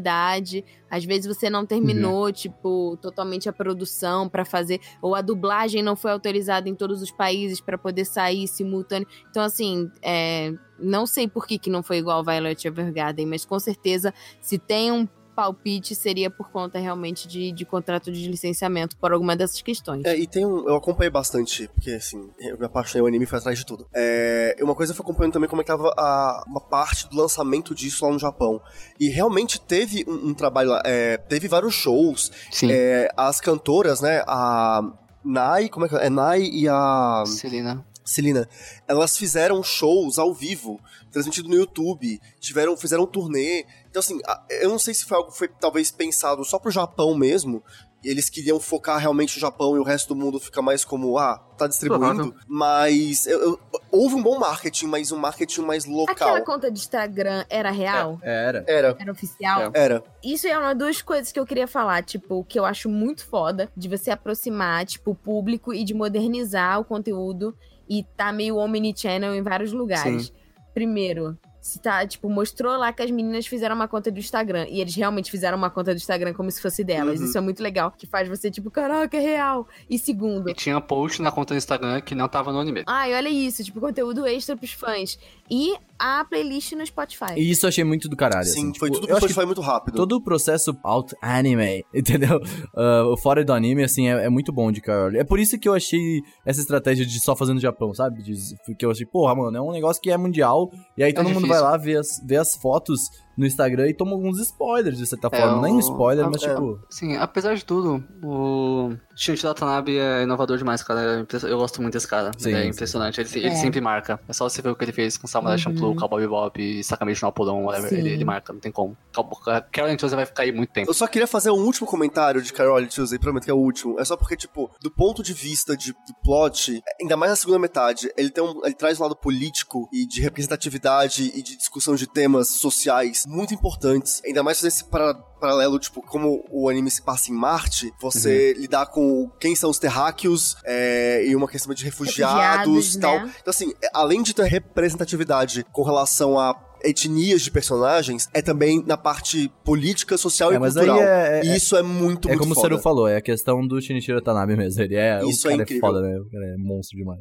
Speaker 4: particularidade. Às vezes você não terminou, tipo, totalmente a produção pra fazer. Ou a dublagem não foi autorizada em todos os países pra poder sair simultâneo. Então, assim, é, não sei por que, que não foi igual ao Violet Evergarden, mas com certeza, se tem um palpite seria por conta realmente de, de contrato de licenciamento por alguma dessas questões.
Speaker 5: É, e tem um. Eu acompanhei bastante, porque assim, eu me apaixonei o anime foi atrás de tudo. É, uma coisa eu fui acompanhando também como é que tava a, uma parte do lançamento disso lá no Japão. E realmente teve um, um trabalho lá, é, teve vários shows.
Speaker 3: Sim.
Speaker 5: É, as cantoras, né? A Nai, como é que é? É Nai e a.
Speaker 3: Celina.
Speaker 5: Celina, elas fizeram shows ao vivo, transmitido no YouTube, tiveram, fizeram um turnê. Então, assim, a- eu não sei se foi algo que foi talvez pensado só pro Japão mesmo. e Eles queriam focar realmente no Japão e o resto do mundo fica mais como, ah, tá distribuindo.
Speaker 3: Provável.
Speaker 5: Mas eu- eu- houve um bom marketing, mas um marketing mais local.
Speaker 4: Aquela conta de Instagram era real?
Speaker 2: Era.
Speaker 5: Era,
Speaker 4: Era oficial?
Speaker 3: É.
Speaker 5: era.
Speaker 4: Isso é uma das coisas que eu queria falar, tipo, que eu acho muito foda de você aproximar, tipo, o público e de modernizar o conteúdo e tá meio omnichannel em vários lugares. Primeiro, se tá, tipo, mostrou lá que as meninas fizeram uma conta do Instagram e eles realmente fizeram uma conta do Instagram como se fosse delas.
Speaker 5: Uhum.
Speaker 4: Isso é muito legal, que faz você, tipo, caraca, é real. E segundo,
Speaker 3: E tinha post na conta do Instagram que não tava no anime.
Speaker 4: ai, olha isso, tipo, conteúdo extra pros fãs. E a playlist no Spotify.
Speaker 2: E isso eu achei muito do caralho.
Speaker 5: Sim,
Speaker 2: assim,
Speaker 5: foi
Speaker 2: tipo,
Speaker 5: tudo
Speaker 2: eu
Speaker 5: pro
Speaker 2: acho que
Speaker 5: Spotify muito rápido.
Speaker 2: Todo o processo out anime, entendeu? Ah, o fora do anime, assim, é, é muito bom de Carol. É por isso que eu achei essa estratégia de só fazer no Japão, sabe? De, porque eu achei, porra, mano, é um negócio que é mundial. E aí todo mundo vai
Speaker 3: difícil.
Speaker 2: lá ver as, ver as fotos no Instagram e toma alguns spoilers, de certa
Speaker 3: É,
Speaker 2: forma. Nem
Speaker 3: o-
Speaker 2: spoiler,
Speaker 3: a-
Speaker 2: mas
Speaker 5: é.
Speaker 2: tipo.
Speaker 3: Sim, apesar de tudo, o Shinichi Watanabe é inovador demais, cara. É impress- Eu gosto muito desse cara.
Speaker 2: Sim,
Speaker 3: ele é
Speaker 2: sim.
Speaker 3: impressionante. Ele, ele
Speaker 4: É.
Speaker 3: sempre marca. É só você ver o que ele fez com Samurai
Speaker 4: Uhum.
Speaker 3: Champloo, Cowboy Bebop, Sakaguchi no Apolon, whatever.
Speaker 4: Sim.
Speaker 3: Ele, ele marca, não tem como. Cowboy- Carol Chose vai ficar aí muito tempo.
Speaker 5: Eu só queria fazer um último comentário de Carol Tuesday, prometo que é o último. É só porque, tipo, do ponto de vista de, do plot, ainda mais na segunda metade, ele, tem um, ele traz um lado político e de representatividade e de discussão de temas sociais muito importantes. Ainda mais fazer esse para- paralelo, tipo, como o anime se passa em Marte, você lidar com quem são os terráqueos é, e uma questão de refugiados e tal.
Speaker 4: né?
Speaker 5: Então, assim, é- além de ter representatividade com relação a etnias de personagens, é também na parte política, social
Speaker 2: É,
Speaker 5: e
Speaker 2: mas aí
Speaker 5: cultural.
Speaker 2: é. é-
Speaker 5: E isso é muito,
Speaker 2: é
Speaker 5: muito
Speaker 2: como o
Speaker 5: foda.
Speaker 2: Seru falou, é a questão do Shinichiro Tanabe mesmo. Ele é.
Speaker 5: Isso
Speaker 2: o
Speaker 5: é
Speaker 2: cara é
Speaker 5: incrível.
Speaker 2: foda, né? O cara é monstro demais.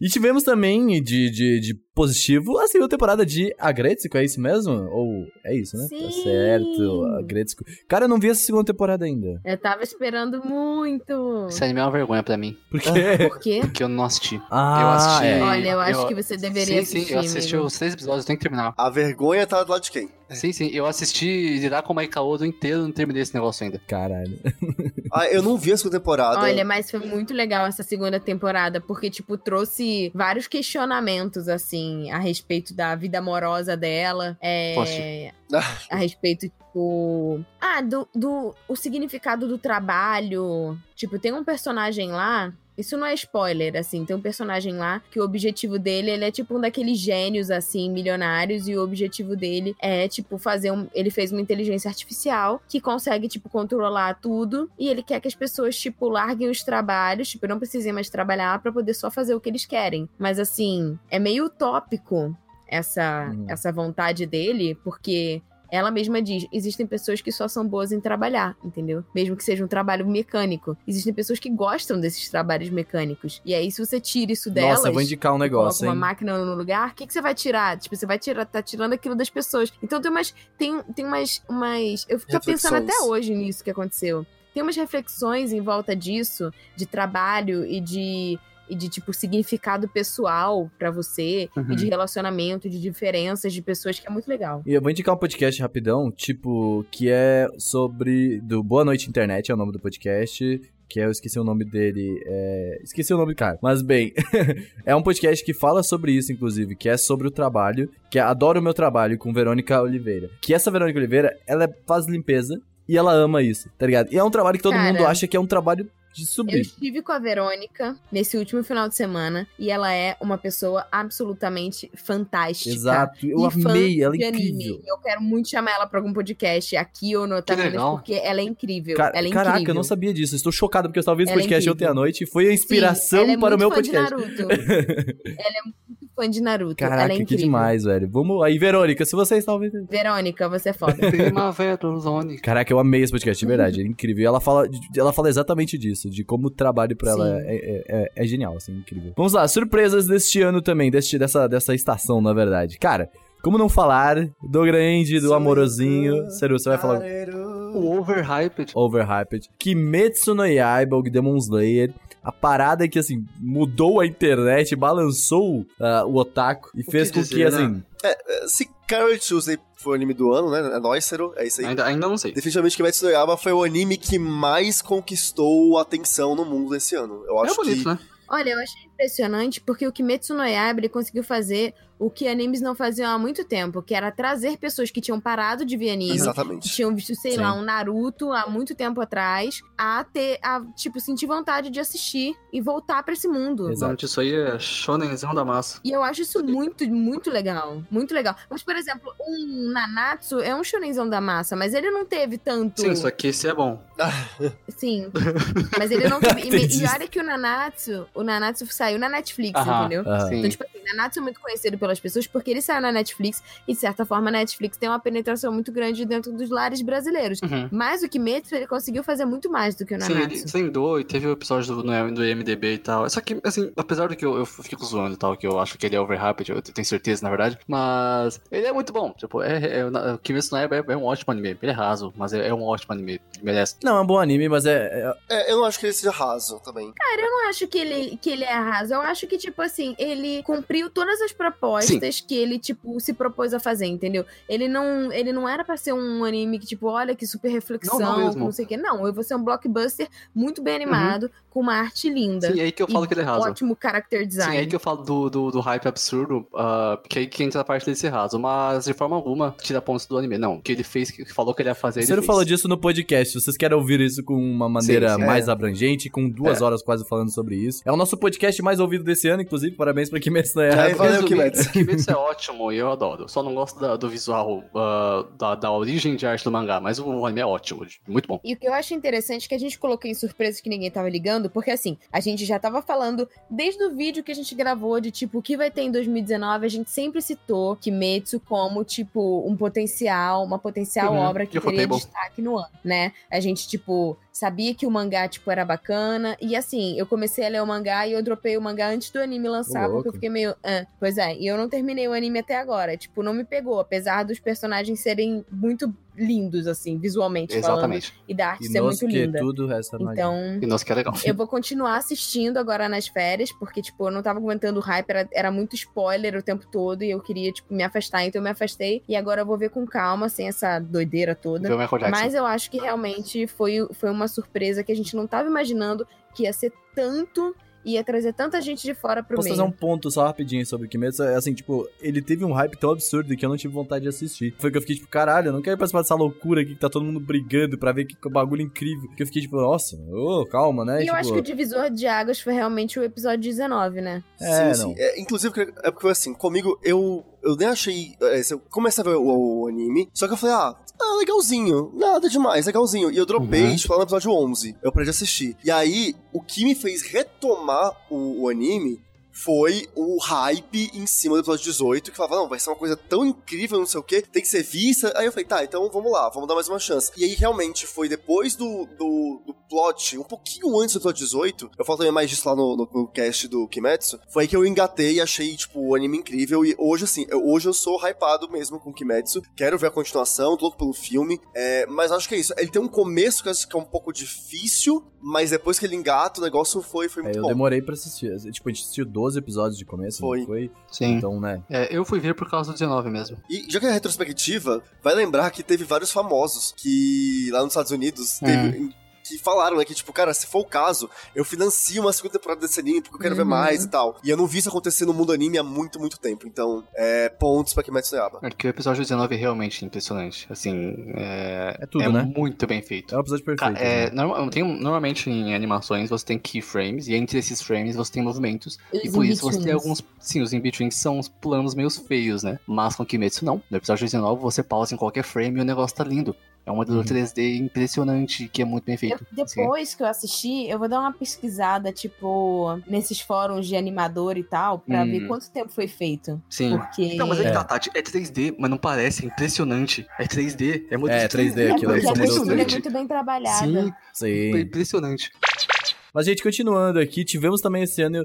Speaker 2: E tivemos também de, de, de positivo a segunda temporada de Agretsuko, é isso mesmo? Ou é isso, né? Tá
Speaker 4: Sim.
Speaker 2: certo, Agretsuko. Cara, eu não vi essa segunda temporada ainda.
Speaker 4: Eu tava esperando muito.
Speaker 3: Esse anime é uma vergonha pra mim,
Speaker 2: Por quê?
Speaker 4: Por quê?
Speaker 3: porque eu não assisti.
Speaker 2: Ah,
Speaker 3: eu assisti.
Speaker 2: é.
Speaker 4: Olha, eu acho
Speaker 3: eu-
Speaker 4: que você deveria
Speaker 3: sim,
Speaker 4: assistir.
Speaker 3: sim, eu assisti
Speaker 4: amigo.
Speaker 3: os três episódios, eu tenho que terminar.
Speaker 5: A vergonha tá do lado de quem?
Speaker 3: Sim, sim, eu assisti Hirako Maikaodo inteiro, não terminei esse negócio ainda.
Speaker 2: Caralho.
Speaker 5: Ah, eu não vi a segunda temporada.
Speaker 4: Olha, mas foi muito legal essa segunda temporada, porque, tipo, trouxe vários questionamentos, assim, a respeito da vida amorosa dela. É,
Speaker 3: Poxa.
Speaker 4: a respeito, tipo. Ah, do, do o significado do trabalho. Tipo, tem um personagem lá. Isso não é spoiler, assim. Tem um personagem lá que o objetivo dele, ele é tipo um daqueles gênios, assim, milionários. E o objetivo dele é, tipo, fazer um. Ele fez uma inteligência artificial que consegue, tipo, controlar tudo. E ele quer que as pessoas, tipo, larguem os trabalhos, tipo, não precisem mais trabalhar pra poder só fazer o que eles querem. Mas, assim, é meio utópico essa,
Speaker 2: Hum.
Speaker 4: essa vontade dele, porque ela mesma diz: existem pessoas que só são boas em trabalhar, entendeu? Mesmo que seja um trabalho mecânico. Existem pessoas que gostam desses trabalhos mecânicos. E aí, se você tira isso delas.
Speaker 2: Nossa, eu vou indicar um negócio,
Speaker 4: Coloca
Speaker 2: hein?
Speaker 4: uma máquina no lugar, o que, que você vai tirar? Tipo, você vai tirar, tá tirando aquilo das pessoas. Então tem umas. Tem, tem umas, umas. Eu fico pensando
Speaker 5: Reflexões.
Speaker 4: até hoje nisso que aconteceu. Tem umas reflexões em volta disso, de trabalho e de. E de, tipo, significado pessoal pra você,
Speaker 3: Uhum.
Speaker 4: e de relacionamento, de diferenças de pessoas, que é muito legal.
Speaker 2: E eu vou indicar um podcast rapidão, tipo, que é sobre. Do Boa Noite Internet, é o nome do podcast. Que é, eu esqueci o nome dele. é, Esqueci o nome do cara. Mas bem, é um podcast que fala sobre isso, inclusive, que é sobre o trabalho, que é Adoro o Meu Trabalho, com Verônica Oliveira. Que essa Verônica Oliveira, ela é- faz limpeza e ela ama isso, tá ligado? E é um trabalho que todo
Speaker 4: Cara.
Speaker 2: mundo acha que é um trabalho de
Speaker 4: Eu
Speaker 2: subir.
Speaker 4: estive com a Verônica nesse último final de semana e ela é uma pessoa absolutamente fantástica.
Speaker 2: Exato. Eu
Speaker 4: E
Speaker 2: amei,
Speaker 4: fã
Speaker 2: ela é
Speaker 4: de
Speaker 2: incrível.
Speaker 4: anime. Eu quero muito chamar ela pra algum podcast aqui ou no Otaminas,
Speaker 3: legal.
Speaker 4: porque ela é incrível.
Speaker 2: Ca-
Speaker 4: ela é incrível.
Speaker 2: Caraca, eu não sabia disso. Estou chocado porque eu estava ouvindo esse
Speaker 4: Ela é
Speaker 2: podcast ontem
Speaker 4: incrível.
Speaker 2: à noite e foi a inspiração
Speaker 4: Sim, ela é
Speaker 2: para o
Speaker 4: muito
Speaker 2: meu
Speaker 4: fã
Speaker 2: podcast.
Speaker 4: De Naruto. ela é muito fã de Naruto. ela
Speaker 2: Caraca,
Speaker 4: é
Speaker 2: que
Speaker 4: incrível.
Speaker 2: demais, velho. Vamos aí, Verônica, se você está ouvindo.
Speaker 4: Verônica, você é foda.
Speaker 3: Primavera, Zone.
Speaker 2: Caraca, eu amei esse podcast, de verdade. É incrível. E ela fala, ela fala exatamente disso, de como o trabalho pra ela
Speaker 4: Sim.
Speaker 2: é, é- é- é genial, assim, incrível. Vamos lá, surpresas deste ano também, deste, dessa, dessa estação, na verdade. Cara, Como não falar do grande, do amorosinho? Sério, você vai falar
Speaker 5: É,
Speaker 3: O overhyped.
Speaker 2: overhyped. Kimetsu no Yaiba, o Demon Slayer. A parada que, assim, mudou a internet, balançou ah, o otaku e fez
Speaker 3: que
Speaker 2: com que,
Speaker 3: dizer, né?
Speaker 2: assim...
Speaker 5: Se Carol Tuesday foi o anime do ano, né? É nóis, Cero. É isso aí.
Speaker 3: Ainda, ainda não sei.
Speaker 5: Definitivamente Kimetsu no Yaiba foi o anime que mais conquistou a atenção no mundo esse ano. Eu acho
Speaker 3: É bonito,
Speaker 5: que...
Speaker 3: né?
Speaker 4: Olha, eu achei impressionante porque o Kimetsu no Yaiba ele conseguiu fazer o que animes não faziam há muito tempo, que era trazer pessoas que tinham parado de ver anime, que
Speaker 5: Exatamente.
Speaker 4: tinham visto, sei
Speaker 2: Sim.
Speaker 4: lá, um Naruto há muito tempo atrás, a ter, a, tipo, sentir vontade de assistir e voltar pra esse mundo.
Speaker 2: Exato.
Speaker 3: Não, isso aí é shonenzão da massa.
Speaker 4: E eu acho isso muito, muito legal. Muito legal. Mas, por exemplo, um Nanatsu é um shonenzão da massa, mas ele não teve tanto.
Speaker 3: Sim, só que esse é bom.
Speaker 4: Sim. Mas ele não teve. e me-
Speaker 2: Entendi.
Speaker 4: e olha que o Nanatsu, o Nanatsu saiu na Netflix,
Speaker 3: Aham.
Speaker 4: entendeu?
Speaker 2: ah,
Speaker 3: Sim.
Speaker 4: Então, tipo assim, Nanatsu é muito conhecido pelas pessoas porque ele saiu na Netflix e, de certa forma, a Netflix tem uma penetração muito grande dentro dos lares brasileiros.
Speaker 3: Uhum.
Speaker 4: Mas o Kimetsu, ele conseguiu fazer muito mais do que o
Speaker 3: Sim, ele
Speaker 4: Nanatsu.
Speaker 3: zendou e teve o episódio do, no- do IMDB e tal. Só que, assim, apesar do que eu, eu fico zoando e tal, que eu acho que ele é overhyped, eu tenho certeza, na verdade. Mas ele é muito bom. Tipo, é, é, na- Kimetsu no Yaiba é, é um ótimo anime. Ele é raso, mas é, é um ótimo anime. Ele merece.
Speaker 2: Não, é um bom anime, mas é, é-
Speaker 5: É, eu não acho que ele seja raso também.
Speaker 4: Eu não acho que ele, que ele é raso. Eu acho que, tipo assim, ele cumpriu todas as propostas que ele, tipo, se propôs a fazer, entendeu? Ele não, ele não era pra ser um anime que, tipo, olha que super reflexão,
Speaker 3: Não, não
Speaker 4: não,
Speaker 3: mesmo. Uhum.
Speaker 4: sei o quê. Não, eu vou ser um blockbuster muito bem animado, com uma arte linda.
Speaker 3: Sim, é aí que eu falo
Speaker 4: E
Speaker 3: que ele é raso.
Speaker 4: Ótimo character design.
Speaker 3: Sim, é aí que eu falo do, do, do hype absurdo, ah, que aí que entra a parte desse raso, mas de forma alguma tira pontos do anime. Não, o que ele fez, que falou que ele ia fazer,
Speaker 2: Você
Speaker 3: ele
Speaker 2: não falou
Speaker 3: fez.
Speaker 2: disso no podcast. Vocês querem ouvir isso com uma maneira
Speaker 3: Sim, é. sim.
Speaker 2: mais abrangente, com duas horas quase falando sobre isso. É o nosso podcast mais ouvido desse ano, inclusive. Parabéns pra Kimetsu no
Speaker 5: Aí
Speaker 2: Yaiba.
Speaker 5: valeu,
Speaker 3: Resumindo,
Speaker 5: Kimetsu.
Speaker 3: Kimetsu é ótimo e eu adoro. Só não gosto da- do visual, ah, da, da origem de arte do mangá, mas o anime é ótimo, muito bom.
Speaker 4: E o que eu acho interessante é que a gente colocou em surpresa que ninguém tava ligando, porque assim, a gente já tava falando desde o vídeo que a gente gravou de tipo o que vai ter em 2019, a gente sempre citou Kimetsu como tipo um potencial, uma potencial
Speaker 3: Uhum.
Speaker 4: obra que
Speaker 3: Yoko
Speaker 4: teria
Speaker 3: Table.
Speaker 4: destaque no ano, né? A gente tipo sabia que o mangá tipo era bacana e assim, eu comecei a ler o mangá e eu dropei o mangá antes do anime lançar,
Speaker 2: Ô,
Speaker 4: porque
Speaker 2: louco.
Speaker 4: eu fiquei meio, "Ah". pois é, e eu não terminei o anime até agora, tipo, não me pegou, apesar dos personagens serem muito lindos assim, visualmente falando
Speaker 3: Exatamente.
Speaker 4: e da arte
Speaker 2: E
Speaker 4: ser
Speaker 2: nós
Speaker 4: é muito
Speaker 2: que
Speaker 4: linda.
Speaker 2: tudo essa magia.
Speaker 4: Então,
Speaker 3: E nossa, que é legal.
Speaker 4: eu vou continuar assistindo agora nas férias, porque, tipo, eu não tava aguentando o hype, era, era muito spoiler o tempo todo e eu queria, tipo, me afastar, então eu me afastei. E agora eu vou ver com calma, sem essa doideira toda.
Speaker 3: Ver o Michael Jackson.
Speaker 4: Mas eu acho que realmente foi, foi uma surpresa que a gente não tava imaginando que ia ser tanto. Ia trazer tanta gente de fora pro
Speaker 2: Posso
Speaker 4: meio.
Speaker 2: fazer um ponto só rapidinho sobre o Kimetsu? É Assim, tipo, ele teve um hype tão absurdo que eu não tive vontade de assistir. Foi que eu fiquei tipo, caralho, eu não quero participar dessa loucura aqui que tá todo mundo brigando pra ver que é um bagulho incrível. Que eu fiquei tipo, nossa, ô, calma, né?
Speaker 4: E eu
Speaker 2: tipo,
Speaker 4: acho que o divisor de águas foi realmente o episódio 19, né?
Speaker 2: É,
Speaker 5: sim,
Speaker 2: não.
Speaker 5: sim. É, inclusive, é porque foi assim, comigo, eu, eu nem achei. é, se Eu comecei a ver o, o anime, só que eu falei, ah, ah, legalzinho, nada demais, legalzinho. E eu dropei,
Speaker 3: Uhum.
Speaker 5: tipo, lá no episódio 11. Eu parei de assistir. E aí, o que me fez retomar o, o anime. Foi o hype em cima do episódio 18, que falava, não, vai ser uma coisa tão incrível, não sei o que, tem que ser vista. Aí eu falei, tá, então vamos lá, vamos dar mais uma chance. E aí realmente foi depois do, do, do plot, um pouquinho antes do episódio 18, eu falo também mais disso lá no, no, no cast do Kimetsu, foi aí que eu engatei e achei, tipo, o anime incrível. E hoje, assim, eu- hoje eu sou hypado mesmo com Kimetsu. Quero ver a continuação, tô louco pelo filme. é, mas acho que é isso. Ele tem um começo que eu acho que é um pouco difícil, mas depois que ele engata, o negócio foi, foi
Speaker 2: É,
Speaker 5: muito
Speaker 2: eu
Speaker 5: bom.
Speaker 2: demorei pra assistir. Tipo, a gente assistiu 12 episódios de começo, não
Speaker 5: Foi.
Speaker 2: foi?
Speaker 3: Sim.
Speaker 2: Então, né?
Speaker 3: É, eu fui ver por causa do 19 mesmo.
Speaker 5: E já que é retrospectiva, vai lembrar que teve vários famosos que lá nos Estados Unidos
Speaker 3: Hum.
Speaker 5: teve- que falaram, né, que tipo, cara, se for o caso, eu financio uma segunda temporada desse anime porque eu quero ver
Speaker 4: Uhum.
Speaker 5: mais e tal. E eu não vi isso acontecer no mundo anime há muito, muito tempo. Então, é, pontos pra Kimetsu no Yaiba.
Speaker 3: É que o episódio 19 é realmente impressionante. Assim, é,
Speaker 2: É tudo,
Speaker 3: é
Speaker 2: né?
Speaker 3: muito bem feito.
Speaker 2: É um episódio
Speaker 3: Ca-
Speaker 2: perfeito.
Speaker 3: É,
Speaker 2: né?
Speaker 3: norma- tem- normalmente em animações você tem keyframes, e entre esses frames você tem movimentos. E
Speaker 4: Os
Speaker 3: por isso você tem
Speaker 4: in-betweens.
Speaker 3: alguns. Sim, os in-betweens são uns planos meio feios, né? Mas com Kimetsu não. No episódio 19 você pausa em qualquer frame e o negócio tá lindo. É um modelo
Speaker 2: Uhum.
Speaker 3: 3D impressionante que é muito bem feito.
Speaker 4: Eu- depois que eu assisti, eu vou dar uma pesquisada, tipo, nesses fóruns de animador e tal, pra
Speaker 3: Hum.
Speaker 4: ver quanto tempo foi feito.
Speaker 3: Sim.
Speaker 4: Porque.
Speaker 3: Não, mas é,
Speaker 2: É.
Speaker 3: que tá, Tati, é 3D, mas não parece, é impressionante. É 3D, é modelo
Speaker 2: É, 3D, aquilo
Speaker 4: porque
Speaker 2: aí,
Speaker 4: a
Speaker 2: são dois
Speaker 4: textura é
Speaker 2: leite.
Speaker 4: muito bem
Speaker 3: Sim,
Speaker 4: trabalhada.
Speaker 2: Sim.
Speaker 3: é impressionante.
Speaker 2: Mas, gente, continuando aqui, tivemos também esse ano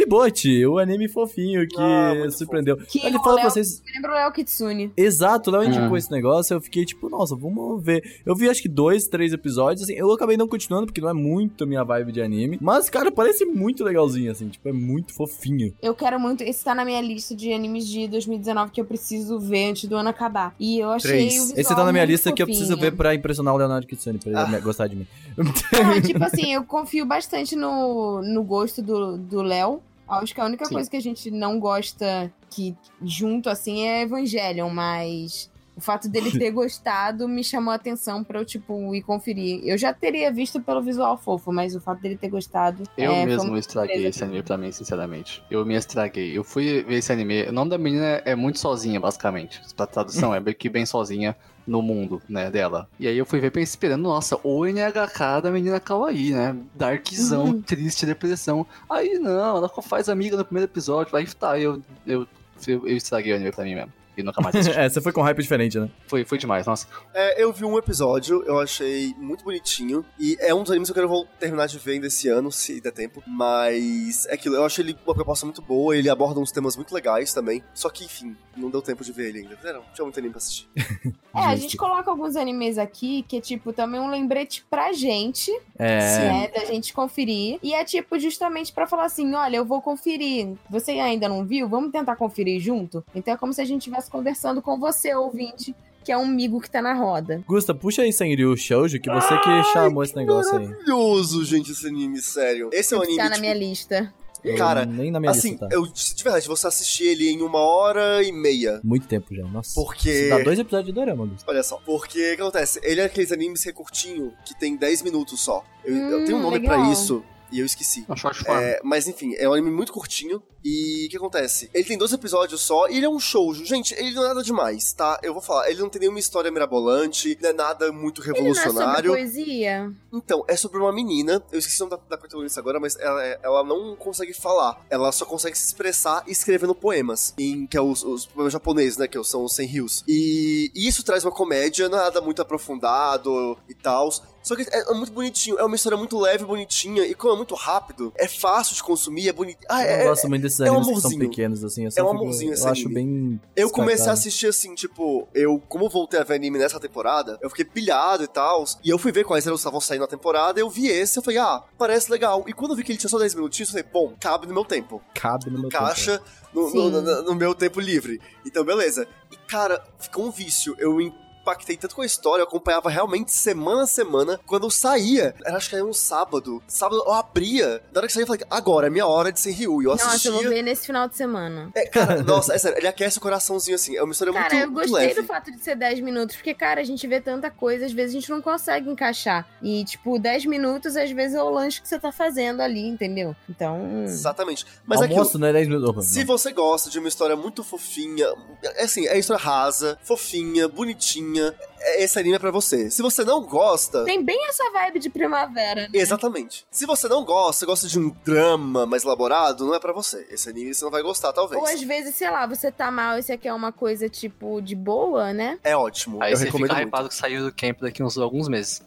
Speaker 2: Hitoribote, o anime fofinho que
Speaker 5: Ah, muito
Speaker 2: surpreendeu.
Speaker 4: Que
Speaker 2: Ele
Speaker 4: o
Speaker 2: fala pra
Speaker 4: Léo-
Speaker 2: vocês.
Speaker 4: Me lembra o Léo Kitsune.
Speaker 2: Exato, o Léo indicou
Speaker 3: Ah.
Speaker 2: esse negócio, eu fiquei tipo, nossa, vamos ver. Eu vi acho que dois, três episódios, assim, eu acabei não continuando, porque não é muito a minha vibe de anime. Mas, cara, parece muito legalzinho, assim, tipo, é muito fofinho.
Speaker 4: Eu quero muito. Esse tá na minha lista de animes de 2019 que eu preciso ver antes do ano acabar. E eu achei.
Speaker 5: Três.
Speaker 4: O visual
Speaker 2: Esse tá na minha
Speaker 4: muito
Speaker 2: lista que eu preciso
Speaker 4: fofinho.
Speaker 2: ver pra impressionar o Leonardo Kitsune, pra ele
Speaker 5: Ah.
Speaker 2: me- gostar de mim.
Speaker 4: Não, tipo assim, eu confio bastante no, no gosto do do Léo. Acho que a única
Speaker 3: Sim.
Speaker 4: coisa que a gente não gosta que junto assim é Evangelion, mas o fato dele ter gostado me chamou a atenção pra eu, tipo, ir conferir. Eu já teria visto pelo visual fofo, mas o fato dele ter gostado.
Speaker 3: Eu
Speaker 4: é,
Speaker 3: mesmo
Speaker 4: foi-
Speaker 3: estraguei
Speaker 4: surpresa
Speaker 3: esse anime pra mim, sinceramente. Eu me estraguei. Eu fui ver esse anime. O nome da menina é muito sozinha, basicamente. Pra tradução, é meio que bem sozinha no mundo, né, dela. E aí eu fui ver pensei, esperando, nossa, o NHK da menina Kawaii, né? Darkzão,
Speaker 4: Uhum.
Speaker 3: triste, depressão. Aí não, ela faz amiga no primeiro episódio. Aí tá, eu, eu, eu, eu estraguei o anime pra mim mesmo. E nunca mais assisti.
Speaker 2: é, você foi com hype diferente, né?
Speaker 3: foi, foi demais, nossa.
Speaker 5: É, eu vi um episódio, eu achei muito bonitinho. E é um dos animes que eu quero vol- terminar de ver ainda esse ano, se der tempo. Mas é aquilo, eu achei ele uma proposta muito boa, ele aborda uns temas muito legais também. Só que, enfim, não deu tempo de ver ele ainda. Não, não tinha muito anime pra assistir.
Speaker 4: É, a
Speaker 2: Justo.
Speaker 4: gente coloca alguns animes aqui que é, tipo, também um lembrete pra gente,
Speaker 2: É.
Speaker 4: né, da gente conferir. E é, tipo, justamente pra falar assim, olha, eu vou conferir. Você ainda não viu? Vamos tentar conferir junto? Então é como se a gente estivesse conversando com você, ouvinte, que é um amigo que tá na roda.
Speaker 2: Gusta, puxa aí, Senryu Shoujo, que você que chamou esse negócio aí.
Speaker 5: Maravilhoso, gente, esse anime, sério. Esse é um anime.
Speaker 4: Tá na
Speaker 5: tipo,
Speaker 4: minha lista.
Speaker 2: Eu
Speaker 5: Cara,
Speaker 2: nem na minha
Speaker 5: Assim,
Speaker 2: lista tá.
Speaker 5: eu, de verdade, você assistir ele em uma hora e meia.
Speaker 2: Muito tempo já, nossa.
Speaker 5: Porque.
Speaker 2: Isso Dá dois episódios de dorama, Gusta.
Speaker 5: Olha só, porque o que acontece? Ele é aqueles animes que é curtinho, que tem 10 minutos só. Eu, eu
Speaker 4: Hum,
Speaker 5: tenho um nome pra
Speaker 4: legal.
Speaker 5: isso e eu esqueci.
Speaker 3: Um short form.
Speaker 5: É, mas enfim, é um anime muito curtinho. E o que acontece? Ele tem dois episódios só e ele é um shoujo. Gente, ele não é nada demais, tá? Eu vou falar, ele não tem nenhuma história mirabolante, não é nada muito
Speaker 4: Ele não é sobre
Speaker 5: revolucionário.
Speaker 4: poesia?
Speaker 5: Então, é sobre uma menina, eu esqueci o nome da, da protagonista agora, mas ela, é- ela não consegue falar. Ela só consegue se expressar escrevendo poemas, em, que é os, os poemas japoneses, né, que são os 100 rios. E, e isso traz uma comédia, nada muito aprofundado e tal. Só que é, é muito bonitinho, é uma história muito leve, bonitinha, e como é muito rápido, é fácil de consumir, é bonito. Ah,
Speaker 2: eu não
Speaker 5: é,
Speaker 2: gosto muito desses
Speaker 5: é um
Speaker 2: animes que são
Speaker 5: amorzinho.
Speaker 2: pequenos, assim. Eu só
Speaker 5: É um
Speaker 2: fico-
Speaker 5: amorzinho esse
Speaker 2: Eu acho
Speaker 5: anime.
Speaker 2: bem.
Speaker 5: Eu comecei a
Speaker 2: descartável.
Speaker 5: assistir assim, tipo, eu, como eu voltei a ver anime nessa temporada, eu fiquei pilhado e tal. E eu fui ver quais eram os que estavam saindo na temporada, eu vi esse, eu falei, ah, parece legal. E quando eu vi que ele tinha só 10 minutinhos, eu falei, bom, cabe no meu tempo.
Speaker 2: Cabe no meu tempo.
Speaker 5: Caixa no,
Speaker 4: Sim.
Speaker 5: no- no- no meu tempo livre. Então, beleza. E, cara, ficou um vício. Eu impactei tanto com a história, eu acompanhava realmente semana a semana. Quando eu saía, era, acho que era um sábado. Sábado eu abria. Na hora que saía, eu falei, agora é minha hora de ser Ryu. E eu
Speaker 4: Nossa,
Speaker 5: assistia.
Speaker 4: eu vou ver nesse final de semana.
Speaker 5: É, cara, nossa, é sério, ele aquece o coraçãozinho assim. É uma história
Speaker 4: Cara,
Speaker 5: muito,
Speaker 4: eu
Speaker 5: muito
Speaker 4: gostei
Speaker 5: leve.
Speaker 4: do fato de ser 10 minutos, porque, cara, a gente vê tanta coisa, às vezes a gente não consegue encaixar. E, tipo, 10 minutos, às vezes, é o lanche que você tá fazendo ali, entendeu? Então.
Speaker 5: Exatamente. Mas é aquilo.
Speaker 2: Almoço, né? 10 minutos. Opa,
Speaker 5: Se
Speaker 2: não.
Speaker 5: você gosta de uma história muito fofinha, é assim, é história rasa, fofinha, bonitinha, é- esse anime é pra você. Se você não gosta,
Speaker 4: Tem bem essa vibe de primavera. né?
Speaker 5: exatamente. Se você não gosta, gosta de um drama mais elaborado, não é pra você. Esse anime você não vai gostar, talvez.
Speaker 4: Ou às vezes, sei lá, você tá mal e você quer uma coisa, tipo, de boa, né?
Speaker 5: É ótimo,
Speaker 3: Aí
Speaker 5: eu
Speaker 3: você
Speaker 5: recomendo
Speaker 3: fica
Speaker 5: muito.
Speaker 3: hypado que saiu do camp daqui uns alguns meses.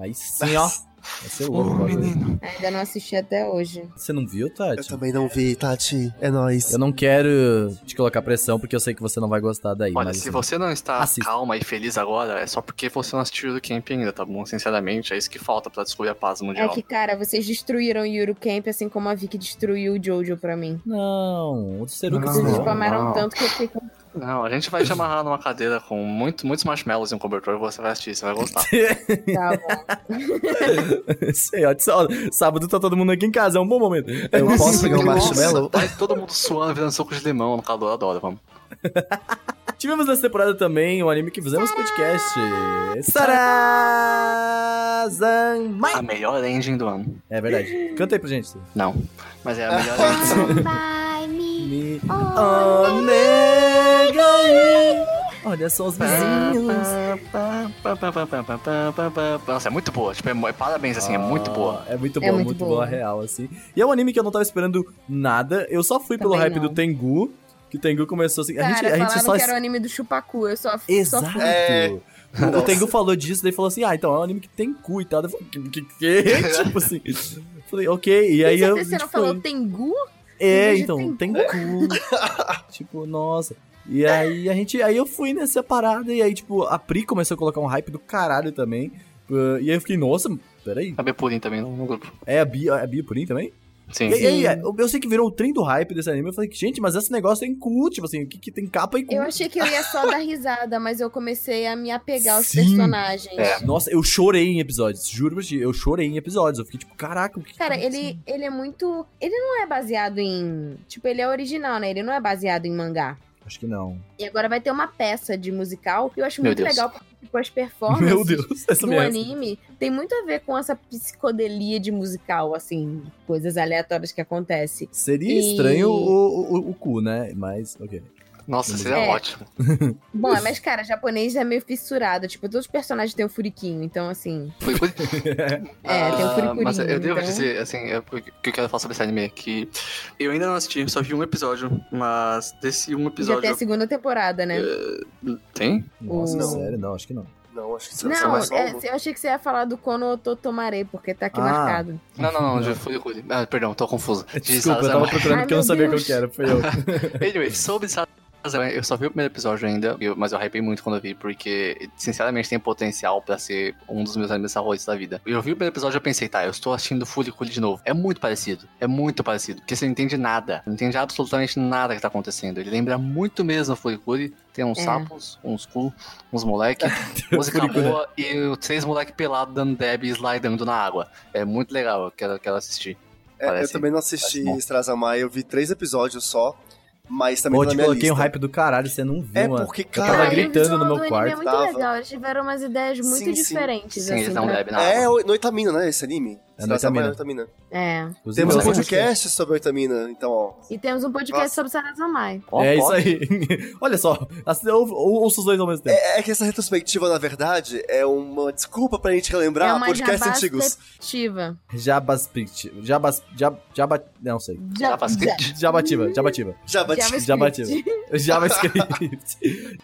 Speaker 2: Aí sim, ó. Vai ser louco. o bagulho.
Speaker 4: Ainda não assisti até hoje.
Speaker 2: Você não viu,
Speaker 5: Eu
Speaker 2: Tati?
Speaker 5: também não vi, Tati. É nóis.
Speaker 2: Eu não quero te colocar pressão, porque eu sei que você não vai gostar daí.
Speaker 3: Olha,
Speaker 2: mas,
Speaker 3: se
Speaker 2: assim,
Speaker 3: você não está
Speaker 2: assista.
Speaker 3: calma e feliz agora, é só porque você não assistiu do Camp ainda, tá bom? Sinceramente, é isso que falta pra descobrir a paz
Speaker 4: É
Speaker 3: mundial.
Speaker 4: que, cara, vocês destruíram o Yuru Camp, assim como a Vicky destruiu o Jojo pra mim.
Speaker 2: Não, o Seru que
Speaker 3: Não.
Speaker 2: você
Speaker 4: Vocês
Speaker 3: Não.
Speaker 4: spamaram
Speaker 3: não.
Speaker 4: tanto que eu fiquei com.
Speaker 3: Não, a gente vai te amarrar numa cadeira com muito, muitos marshmallows e um cobertor e você vai assistir, você vai gostar.
Speaker 4: Tá bom.
Speaker 2: Sei, ó, só- Sábado tá todo mundo aqui em casa, é um bom momento.
Speaker 5: Eu posso pegar um
Speaker 3: Nossa,
Speaker 5: marshmallow?
Speaker 3: Vai todo mundo suando, virando suco de limão no calor, adoro, vamos.
Speaker 2: Tivemos nessa temporada também um anime que fizemos podcast. Sarazan Mai.
Speaker 3: A melhor engine do ano.
Speaker 2: É verdade. Canta aí pra gente. Seru.
Speaker 3: Não, mas é a melhor engine do ano.
Speaker 2: Me
Speaker 1: Oh,
Speaker 2: onegai. Olha só os vizinhos.
Speaker 3: Nossa, é muito boa. Tipo, é, mo- parabéns, assim, é muito boa.
Speaker 2: É muito
Speaker 4: É
Speaker 2: boa, muito,
Speaker 4: muito
Speaker 2: boa.
Speaker 4: boa.
Speaker 2: real, assim. E é um anime que eu não tava esperando nada. Eu só fui pelo
Speaker 4: Também
Speaker 2: hype
Speaker 4: não.
Speaker 2: do Tengu. Que o Tengu começou assim.
Speaker 4: Cara,
Speaker 2: a gente, a gente
Speaker 4: falaram
Speaker 2: só.
Speaker 4: que era o anime do Chupacu, eu só, só
Speaker 2: Exato.
Speaker 4: fui.
Speaker 5: É.
Speaker 2: O Tengu falou disso, daí falou assim: ah, então é um anime que tem cu e tal. Eu falei, que, que, que? tipo assim. Falei, ok, e aí
Speaker 4: Tem
Speaker 2: eu.
Speaker 4: certeza que você não
Speaker 2: tipo,
Speaker 4: falou Tengu?
Speaker 2: É,
Speaker 4: Mas
Speaker 2: então, tem
Speaker 4: tem
Speaker 2: cu. tipo, nossa. E aí a gente. Aí eu fui nessa parada, e aí, tipo, a Pri começou a colocar um hype do caralho também. Uh, e aí eu fiquei, nossa, peraí.
Speaker 3: A Bepurim é também no, no grupo.
Speaker 2: É a Bia, é a Bia Purim também?
Speaker 3: Sim.
Speaker 2: E aí,
Speaker 4: Sim.
Speaker 2: e aí, eu- é, eu sei que virou o trem do hype desse anime. Eu falei, gente, mas esse negócio tem cu, tipo assim, o que, que tem capa e cu?
Speaker 4: Eu achei que eu ia só dar risada, mas eu comecei a me apegar aos
Speaker 2: Sim.
Speaker 4: personagens.
Speaker 3: É.
Speaker 2: Nossa, eu chorei em episódios, juro pra ti, eu chorei em episódios. Eu fiquei tipo, caraca, o que.
Speaker 4: Cara,
Speaker 2: que
Speaker 4: ele, ele é muito. Ele não é baseado em. Tipo, ele é original, né? Ele não é baseado em mangá.
Speaker 2: Acho que não.
Speaker 4: E agora vai ter uma peça de musical. E eu acho
Speaker 3: Meu
Speaker 4: muito
Speaker 3: Deus.
Speaker 4: legal, porque tipo, as performances
Speaker 2: Meu Deus, essa
Speaker 4: do
Speaker 2: mesmo.
Speaker 4: anime tem muito a ver com essa psicodelia de musical, assim, coisas aleatórias que acontecem.
Speaker 2: Seria
Speaker 4: E-
Speaker 2: estranho o, o, o cu, né? Mas, ok.
Speaker 3: Nossa, seria
Speaker 4: É.
Speaker 3: ótimo.
Speaker 4: Bom, é, mas, cara, japonês é meio fissurado. Tipo, todos os personagens têm um furiquinho, então, assim.
Speaker 3: Foi foi-
Speaker 4: É, tem um
Speaker 3: Ah,
Speaker 4: furicurinho.
Speaker 3: Mas eu devo
Speaker 4: então...
Speaker 3: dizer, assim, é, o que eu quero falar sobre esse anime é que eu ainda não assisti, só vi um episódio, mas desse um
Speaker 4: Já tem
Speaker 3: episódio.
Speaker 4: a segunda temporada, né?
Speaker 3: Tem?
Speaker 2: Nossa,
Speaker 5: Não.
Speaker 2: sério, não, acho que não.
Speaker 5: Não, acho que isso é
Speaker 4: Não,
Speaker 5: mais
Speaker 4: é,
Speaker 5: longo.
Speaker 4: eu achei que você ia falar do Kono Totomare, porque tá aqui
Speaker 2: Ah.
Speaker 4: marcado.
Speaker 3: Não, não, não, já foi Ruri. Ah, perdão, tô confuso. De
Speaker 2: Desculpa, eu
Speaker 3: Sazama.
Speaker 2: tava procurando
Speaker 4: Ai,
Speaker 2: porque eu não
Speaker 4: meu
Speaker 2: sabia o
Speaker 4: Deus.
Speaker 2: que eu quero, foi eu.
Speaker 3: Anyway, sobre Sazama, eu só vi o primeiro episódio ainda, eu- mas eu hypei muito quando eu vi, porque, sinceramente, tem potencial pra ser um dos meus animes favoritos da vida. Eu vi o primeiro episódio e eu pensei, tá, eu estou assistindo Furikuri de novo. É muito parecido, é muito parecido, porque você não entende nada, não entende absolutamente nada que tá acontecendo. Ele lembra muito mesmo Furikuri, tem uns
Speaker 4: É.
Speaker 3: sapos, uns cu, uns moleque, música
Speaker 2: Furikuri.
Speaker 3: boa e os três moleque pelado dando deb e slidando na água. É muito legal, eu quero, quero assistir.
Speaker 5: É, eu
Speaker 3: parece-
Speaker 5: também não assisti
Speaker 3: parece bom.
Speaker 5: Strazamai, eu vi três episódios só, mas também
Speaker 2: Pô,
Speaker 5: tá
Speaker 2: te
Speaker 5: na minha
Speaker 2: coloquei
Speaker 5: lista.
Speaker 2: um hype do caralho, você não viu,
Speaker 5: É
Speaker 2: mano.
Speaker 5: porque,
Speaker 2: tava
Speaker 5: cara,
Speaker 2: gritando
Speaker 4: e o visual
Speaker 2: no meu
Speaker 4: do anime
Speaker 2: quarto.
Speaker 4: É muito
Speaker 5: Tava.
Speaker 4: legal, eles tiveram umas ideias muito
Speaker 5: Sim, sim.
Speaker 4: diferentes,
Speaker 3: Sim, eles
Speaker 4: assim.
Speaker 3: dão
Speaker 4: pra-
Speaker 3: deb na água.
Speaker 5: É o- noitamina, né, esse anime?
Speaker 2: É
Speaker 5: Strazamai é
Speaker 2: noitamina.
Speaker 5: noitamina.
Speaker 4: É.
Speaker 2: Inclusive,
Speaker 5: Temos um
Speaker 2: eu não
Speaker 5: podcast sobre noitamina, então, ó.
Speaker 4: E temos um podcast
Speaker 5: Nossa.
Speaker 4: sobre Sarazamai.
Speaker 3: Ó,
Speaker 2: É
Speaker 3: ó.
Speaker 2: isso aí. Olha só, assim, ou, ou, ouça os dois ao mesmo tempo.
Speaker 5: É, é que essa retrospectiva, na verdade, é uma desculpa pra gente relembrar
Speaker 4: é uma
Speaker 5: podcasts
Speaker 4: jabá
Speaker 5: antigos.
Speaker 4: Septiva.
Speaker 2: É. Jabasprit. Jabas. Jab, jaba, não sei.
Speaker 4: Ja-
Speaker 3: JavaScript?
Speaker 2: Jabativa, jabativa.
Speaker 5: Já bati.
Speaker 4: JavaScript.
Speaker 2: Jabativa. JavaScript.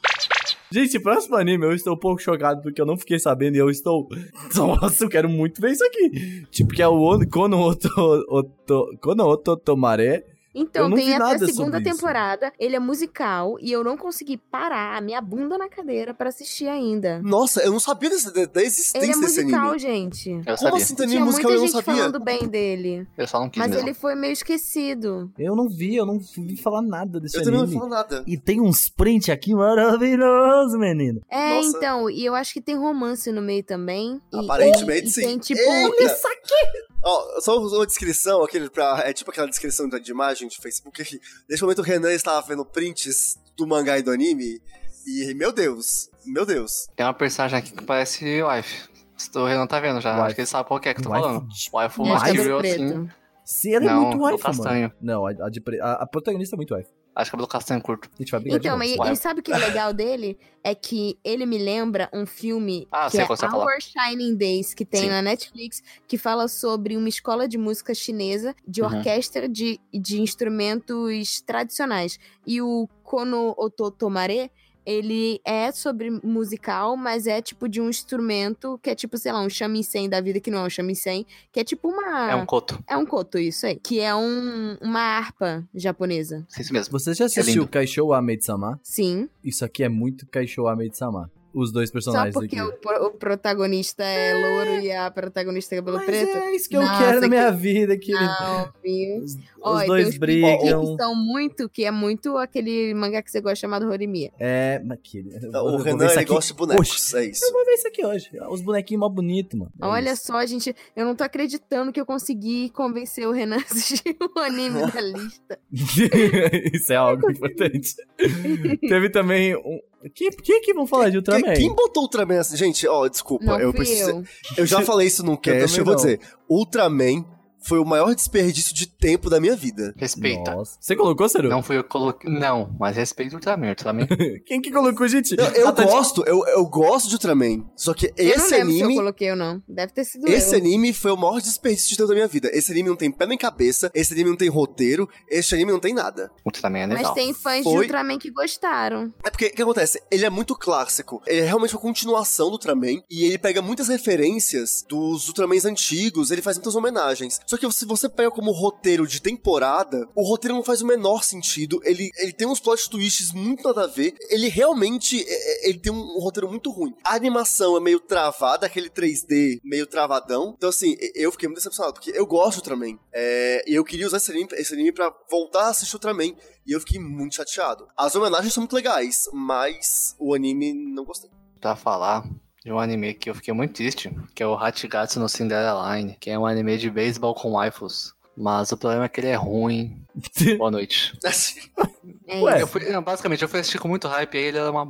Speaker 2: Gente, próximo anime, eu estou um pouco chocado porque eu não fiquei sabendo e eu estou. Nossa, eu quero muito ver isso aqui. Tipo, que é o On- Kono Oto. Oto Kono Oto Tomare. Eu
Speaker 4: Então,
Speaker 2: não vi
Speaker 4: tem até
Speaker 2: nada
Speaker 4: a segunda
Speaker 2: sobre isso.
Speaker 4: temporada. Ele é musical e eu não consegui parar a minha bunda na cadeira pra assistir ainda.
Speaker 5: Nossa, eu não sabia dessa- da, da existência
Speaker 4: Ele é
Speaker 5: desse anime.
Speaker 4: musical, gente.
Speaker 3: Eu
Speaker 5: Como
Speaker 3: sabia,
Speaker 5: assim, tem anime
Speaker 4: Tinha muita
Speaker 5: musical? Eu não
Speaker 4: gente
Speaker 5: sabia.
Speaker 4: falando bem dele.
Speaker 3: eu só não quis
Speaker 4: Mas
Speaker 3: mesmo.
Speaker 4: ele foi meio esquecido.
Speaker 2: Eu não vi, eu não vi falar nada desse
Speaker 5: Eu também não
Speaker 2: anime.
Speaker 5: falo nada.
Speaker 2: E tem uns print aqui maravilhoso, menino.
Speaker 4: É,
Speaker 5: Nossa.
Speaker 4: então, e eu acho que tem romance no meio também. E,
Speaker 5: Aparentemente,
Speaker 4: e
Speaker 5: sim.
Speaker 4: Tem, tipo,
Speaker 5: Eita! Ó, só uma descrição, aquele pra, é tipo aquela descrição de imagem de Facebook. que Nesse momento o Renan estava vendo prints do mangá e do anime. E, meu Deus, meu Deus.
Speaker 3: Tem uma personagem aqui que parece Wife. O Renan tá vendo já.
Speaker 2: Wife.
Speaker 3: Acho que ele sabe qual que é que eu tô
Speaker 2: Wife
Speaker 3: falando.
Speaker 2: é de-
Speaker 3: Wife
Speaker 4: um
Speaker 2: Mas-
Speaker 4: cabelo
Speaker 3: material,
Speaker 4: preto.
Speaker 3: assim.
Speaker 2: Se ela é
Speaker 3: Não,
Speaker 2: muito
Speaker 3: do
Speaker 2: wife, mano.
Speaker 3: castanho.
Speaker 2: Não, a, a de pre- a- a protagonista é muito wife.
Speaker 3: Acho que cabelo castanho curto.
Speaker 2: A gente vai brigar
Speaker 4: Então,
Speaker 2: de
Speaker 4: e,
Speaker 2: novo.
Speaker 3: Wife.
Speaker 4: e sabe o que é legal dele? É que ele me lembra um filme
Speaker 3: Ah,
Speaker 4: que
Speaker 3: sei
Speaker 4: é
Speaker 3: qual
Speaker 4: Our
Speaker 3: você vai falar.
Speaker 4: Shining Days, que tem
Speaker 3: Sim.
Speaker 4: na Netflix, que fala sobre uma escola de música chinesa, de
Speaker 3: Uhum.
Speaker 4: orquestra de, de instrumentos tradicionais. E o Kono Ototomare, ele é sobre musical, mas é tipo de um instrumento que é tipo, sei lá, um shamisen da vida, que não é um shamisen, que é tipo uma...
Speaker 3: É um coto.
Speaker 4: É um koto, isso aí. Que é um, uma harpa japonesa.
Speaker 3: É isso mesmo.
Speaker 2: Você já
Speaker 3: É
Speaker 2: assistiu
Speaker 3: lindo.
Speaker 2: Kaishou Amei-sama?
Speaker 4: Sim.
Speaker 2: Isso aqui é muito Kaishou Amei-sama. Os dois
Speaker 4: Só
Speaker 2: personagens
Speaker 4: porque é
Speaker 2: aqui.
Speaker 4: o, pro- o protagonista é louro e a protagonista é cabelo
Speaker 2: Mas
Speaker 4: preto.
Speaker 2: é isso que eu
Speaker 4: Nossa,
Speaker 2: quero na
Speaker 4: que-
Speaker 2: minha vida, querido.
Speaker 4: Não, viu?
Speaker 2: Os, os
Speaker 4: Ó, então
Speaker 2: dois
Speaker 4: e tem uns pipoquinhos
Speaker 2: brigam.
Speaker 4: Que são muito, que é muito aquele mangá que você gosta chamado Horimiya.
Speaker 2: É, mas querido, eu vou-
Speaker 5: O
Speaker 2: eu vou ver
Speaker 5: Renan,
Speaker 2: isso
Speaker 5: ele
Speaker 2: aqui.
Speaker 5: gosta de bonecos, é
Speaker 2: Eu
Speaker 5: isso.
Speaker 2: vou ver isso aqui hoje. Os bonequinhos mó bonitos, mano. É
Speaker 4: Olha
Speaker 2: isso.
Speaker 4: só, gente, eu não tô acreditando que eu consegui convencer o Renan a assistir o anime da lista.
Speaker 2: isso é algo importante. Teve também um... Quem, quem que vão falar de
Speaker 5: Quem,
Speaker 2: Ultraman?
Speaker 5: quem botou Ultraman assim? Gente, ó, desculpa,
Speaker 4: Não
Speaker 5: eu
Speaker 4: fui
Speaker 5: preciso.
Speaker 4: eu.
Speaker 5: Eu já falei isso num cast,
Speaker 2: também
Speaker 5: eu, vou
Speaker 2: não.
Speaker 5: dizer. Ultraman foi o maior desperdício de tempo da minha vida.
Speaker 3: Respeita.
Speaker 2: Nossa. Você colocou, Ciro?
Speaker 3: Não fui eu que coloquei. Não, mas respeita o Ultraman. Ultraman
Speaker 2: Quem que colocou, gente?
Speaker 5: Eu, eu
Speaker 2: Ah, tá de-
Speaker 5: gosto, eu, eu gosto de Ultraman. Só que
Speaker 4: Eu não
Speaker 5: esse
Speaker 4: lembro se eu
Speaker 5: anime.
Speaker 4: coloquei ou não. Deve ter sido
Speaker 5: Esse
Speaker 4: eu.
Speaker 5: anime foi o maior desperdício de tempo da minha vida. Esse anime não tem pé nem cabeça, esse anime não tem roteiro, esse anime não tem nada.
Speaker 3: Ultraman é
Speaker 4: Mas
Speaker 3: legal.
Speaker 4: tem fãs de
Speaker 5: Foi.
Speaker 4: Ultraman que gostaram.
Speaker 5: É porque o que acontece? Ele é muito clássico. Ele é realmente uma continuação do Ultraman. E ele pega muitas referências dos Ultramans antigos. Ele faz muitas homenagens. Só que se você pega como roteiro de temporada, o roteiro não faz o menor sentido. Ele, ele tem uns plot twists muito nada a ver. Ele realmente é- é- ele tem um, um roteiro muito ruim. A animação é meio travada, aquele 3D meio travadão. Então, assim, e- eu fiquei muito decepcionado. Porque eu gosto do Ultraman. É, e eu queria usar esse anime, esse anime pra voltar a assistir o Ultraman. E eu fiquei muito chateado. As homenagens são muito legais, mas o anime não gostei.
Speaker 3: pra falar de um anime que eu fiquei muito triste, que é o Hatigatsu no Cinderella Line, que é um anime de beisebol com waifus. Mas o problema é que ele é ruim. Boa noite.
Speaker 4: É
Speaker 2: Ué.
Speaker 4: isso.
Speaker 3: Eu fui- não, basicamente, eu fui assistir com muito hype e ele é uma.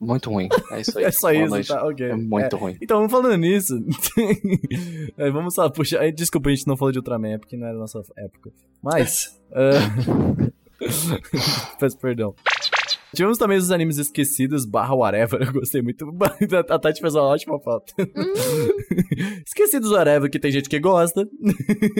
Speaker 3: Muito ruim. É isso aí.
Speaker 2: É só
Speaker 3: Boa
Speaker 2: isso,
Speaker 3: noite.
Speaker 2: tá? Ok.
Speaker 3: É muito ruim.
Speaker 2: Então, falando nisso, é, vamos lá, puxa. é, Desculpa, a gente não falou de Ultraman, é porque não era a nossa época. Mas. ah, Peço perdão. Tivemos também os animes esquecidos, barra whatever, eu gostei muito. A Tati fez uma ótima falta.
Speaker 4: Hum.
Speaker 2: esquecidos whatever, que tem gente que gosta.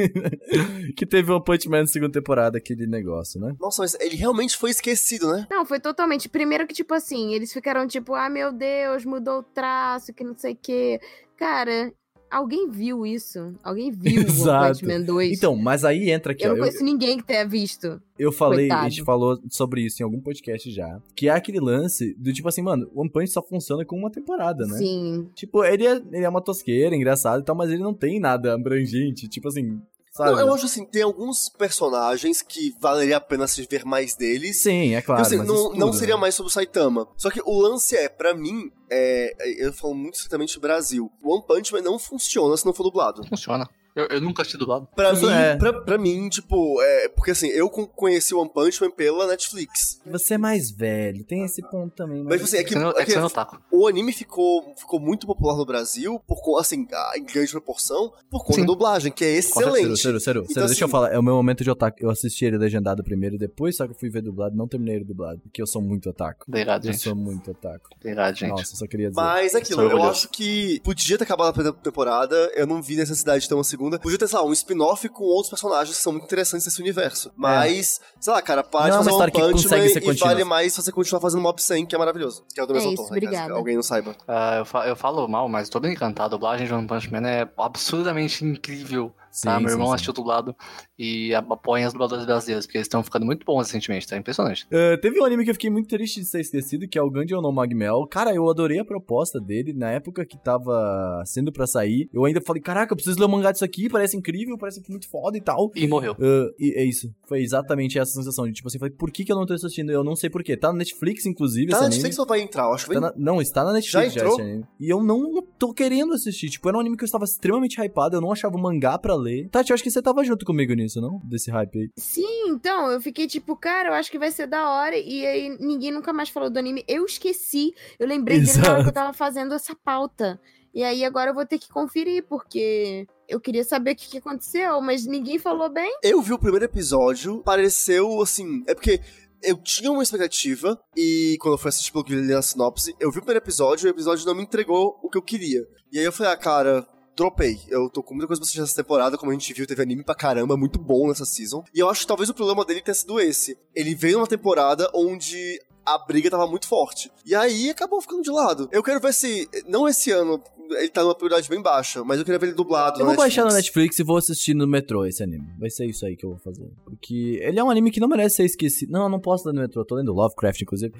Speaker 2: que teve um Punch Man na segunda temporada, aquele negócio, né?
Speaker 5: Nossa, mas ele realmente foi esquecido, né?
Speaker 4: Não, foi totalmente. Primeiro que, tipo assim, eles ficaram tipo, ah, meu Deus, mudou o traço, que não sei o quê. Cara, alguém viu isso? Alguém viu o
Speaker 2: Exato.
Speaker 4: Batman 2?
Speaker 2: Então, mas aí entra aqui,
Speaker 4: eu
Speaker 2: ó.
Speaker 4: não conheço ninguém que tenha visto.
Speaker 2: Eu falei, a
Speaker 4: Coitado.
Speaker 2: gente falou sobre isso em algum podcast já, que é aquele lance do tipo assim, mano, One Punch só funciona com uma temporada, né?
Speaker 4: Sim.
Speaker 2: Tipo, ele é, ele é uma tosqueira, engraçado e tal, mas ele não tem nada abrangente, tipo assim, sabe?
Speaker 5: Não, eu acho assim, tem alguns personagens que valeria a pena se ver mais deles.
Speaker 2: Sim, é claro,
Speaker 5: Então, assim,
Speaker 2: mas
Speaker 5: não,
Speaker 2: isso
Speaker 5: não
Speaker 2: tudo,
Speaker 5: seria
Speaker 2: né?
Speaker 5: mais sobre o Saitama. Só que o lance é, pra mim, é, eu falo muito estritamente do Brasil. One Punch Man não funciona se não for dublado.
Speaker 3: Funciona. Eu, eu nunca assisti dublado.
Speaker 5: Pra
Speaker 2: Isso
Speaker 5: mim,
Speaker 2: é.
Speaker 5: pra, pra mim, tipo, é. Porque assim, eu con- conheci One Punch Man pela Netflix.
Speaker 2: Você é mais velho, tem esse ponto também.
Speaker 5: Mas, tipo assim, é que,
Speaker 3: Você não- É
Speaker 5: é
Speaker 3: que
Speaker 5: que
Speaker 3: você não taco.
Speaker 5: o anime ficou, ficou muito popular no Brasil, por, co- assim, a- em grande proporção, por conta
Speaker 3: Sim.
Speaker 5: da dublagem, que é
Speaker 2: Sério,
Speaker 5: excelente.
Speaker 2: sério, sério,
Speaker 5: Então,
Speaker 2: deixa eu
Speaker 5: assim-
Speaker 2: falar. É o meu momento de otaku. Eu assisti ele legendado primeiro e depois, só que eu fui ver dublado. Não terminei ele dublado, porque eu sou muito otaku.
Speaker 3: Obrigado,
Speaker 2: Eu
Speaker 3: gente.
Speaker 2: sou muito otaku.
Speaker 3: Obrigado, gente.
Speaker 2: Nossa, só queria dizer.
Speaker 5: Mas é aquilo,
Speaker 3: Estou
Speaker 5: eu
Speaker 3: orgulhoso.
Speaker 5: acho que podia ter acabado a primeira temporada, eu não vi necessidade de ter uma segunda. Podia ter, sei lá, um spin-off com outros personagens que são muito interessantes nesse universo. Mas, sei lá, cara,
Speaker 2: É. Não
Speaker 5: para
Speaker 2: é
Speaker 5: de
Speaker 2: uma
Speaker 5: fazer
Speaker 2: história
Speaker 5: One
Speaker 2: que
Speaker 5: Punch
Speaker 2: consegue
Speaker 5: Man
Speaker 2: ser
Speaker 5: e
Speaker 2: contínua.
Speaker 5: vale mais se você continuar fazendo Mob 100, que é maravilhoso. Que é o do
Speaker 4: É
Speaker 5: mesmo
Speaker 4: isso,
Speaker 5: autor, né, caso
Speaker 4: obrigada.
Speaker 5: alguém não saiba.
Speaker 3: Ah, eu, fa- eu falo mal, mas tô bem encantado. A dublagem de One Punch Man é absurdamente incrível.
Speaker 2: sim,
Speaker 3: Tá? Meu
Speaker 2: sim,
Speaker 3: irmão
Speaker 2: sim.
Speaker 3: assistiu dublado e a- apoia os dubladores brasileiros, porque eles estão ficando muito bons recentemente, tá impressionante.
Speaker 2: Uh, teve um anime que eu fiquei muito triste de ser esquecido, que é o Gandhi ou no Magmel. Cara, eu adorei a proposta dele. Na época que tava sendo pra sair, eu ainda falei: caraca, eu preciso ler o mangá disso aqui, parece incrível, parece muito foda e tal.
Speaker 3: E morreu.
Speaker 2: Uh, e é isso. Foi exatamente essa sensação. De, tipo assim, falei, por que, que eu não tô assistindo? Eu não sei por quê. Tá na Netflix, inclusive,
Speaker 5: Tá
Speaker 2: esse
Speaker 5: na
Speaker 2: anime.
Speaker 5: Netflix ou vai entrar? Eu acho que
Speaker 2: Tá
Speaker 5: vai
Speaker 2: na- não, está na Netflix já,
Speaker 5: Já entrou?
Speaker 2: esse anime. E eu não tô querendo assistir. Tipo, era um anime que eu estava extremamente hypado, eu não achava o mangá pra ler. Tati, eu acho que você tava junto comigo nisso, não? Desse hype aí.
Speaker 4: Sim, então, eu fiquei tipo, cara, eu acho que vai ser da hora. E aí ninguém nunca mais falou do anime. Eu esqueci. Eu lembrei dele na hora que eu tava fazendo essa pauta. E aí agora eu vou ter que conferir, porque eu queria saber o que, que aconteceu, mas ninguém falou bem.
Speaker 5: Eu vi o primeiro episódio, pareceu assim. É porque eu tinha uma expectativa, e quando eu fui assistir pelo que eu li na sinopse, eu vi o primeiro episódio e o episódio não me entregou o que eu queria. E aí eu falei, ah, cara. Dropei. Eu tô com muita coisa pra assistir essa temporada, como a gente viu, teve anime pra caramba, muito bom nessa season. E eu acho que talvez o problema dele tenha sido esse. Ele veio numa temporada onde a briga tava muito forte. E aí acabou ficando de lado. Eu quero ver se. Não esse ano, ele tá numa prioridade bem baixa, mas eu queria ver ele dublado.
Speaker 2: Eu
Speaker 5: na
Speaker 2: vou baixar na Netflix e vou assistir no metrô esse anime. Vai ser isso aí que eu vou fazer. Porque ele é um anime que não merece ser esquecido. Não, eu não posso ler no metrô. Tô lendo Lovecraft, inclusive.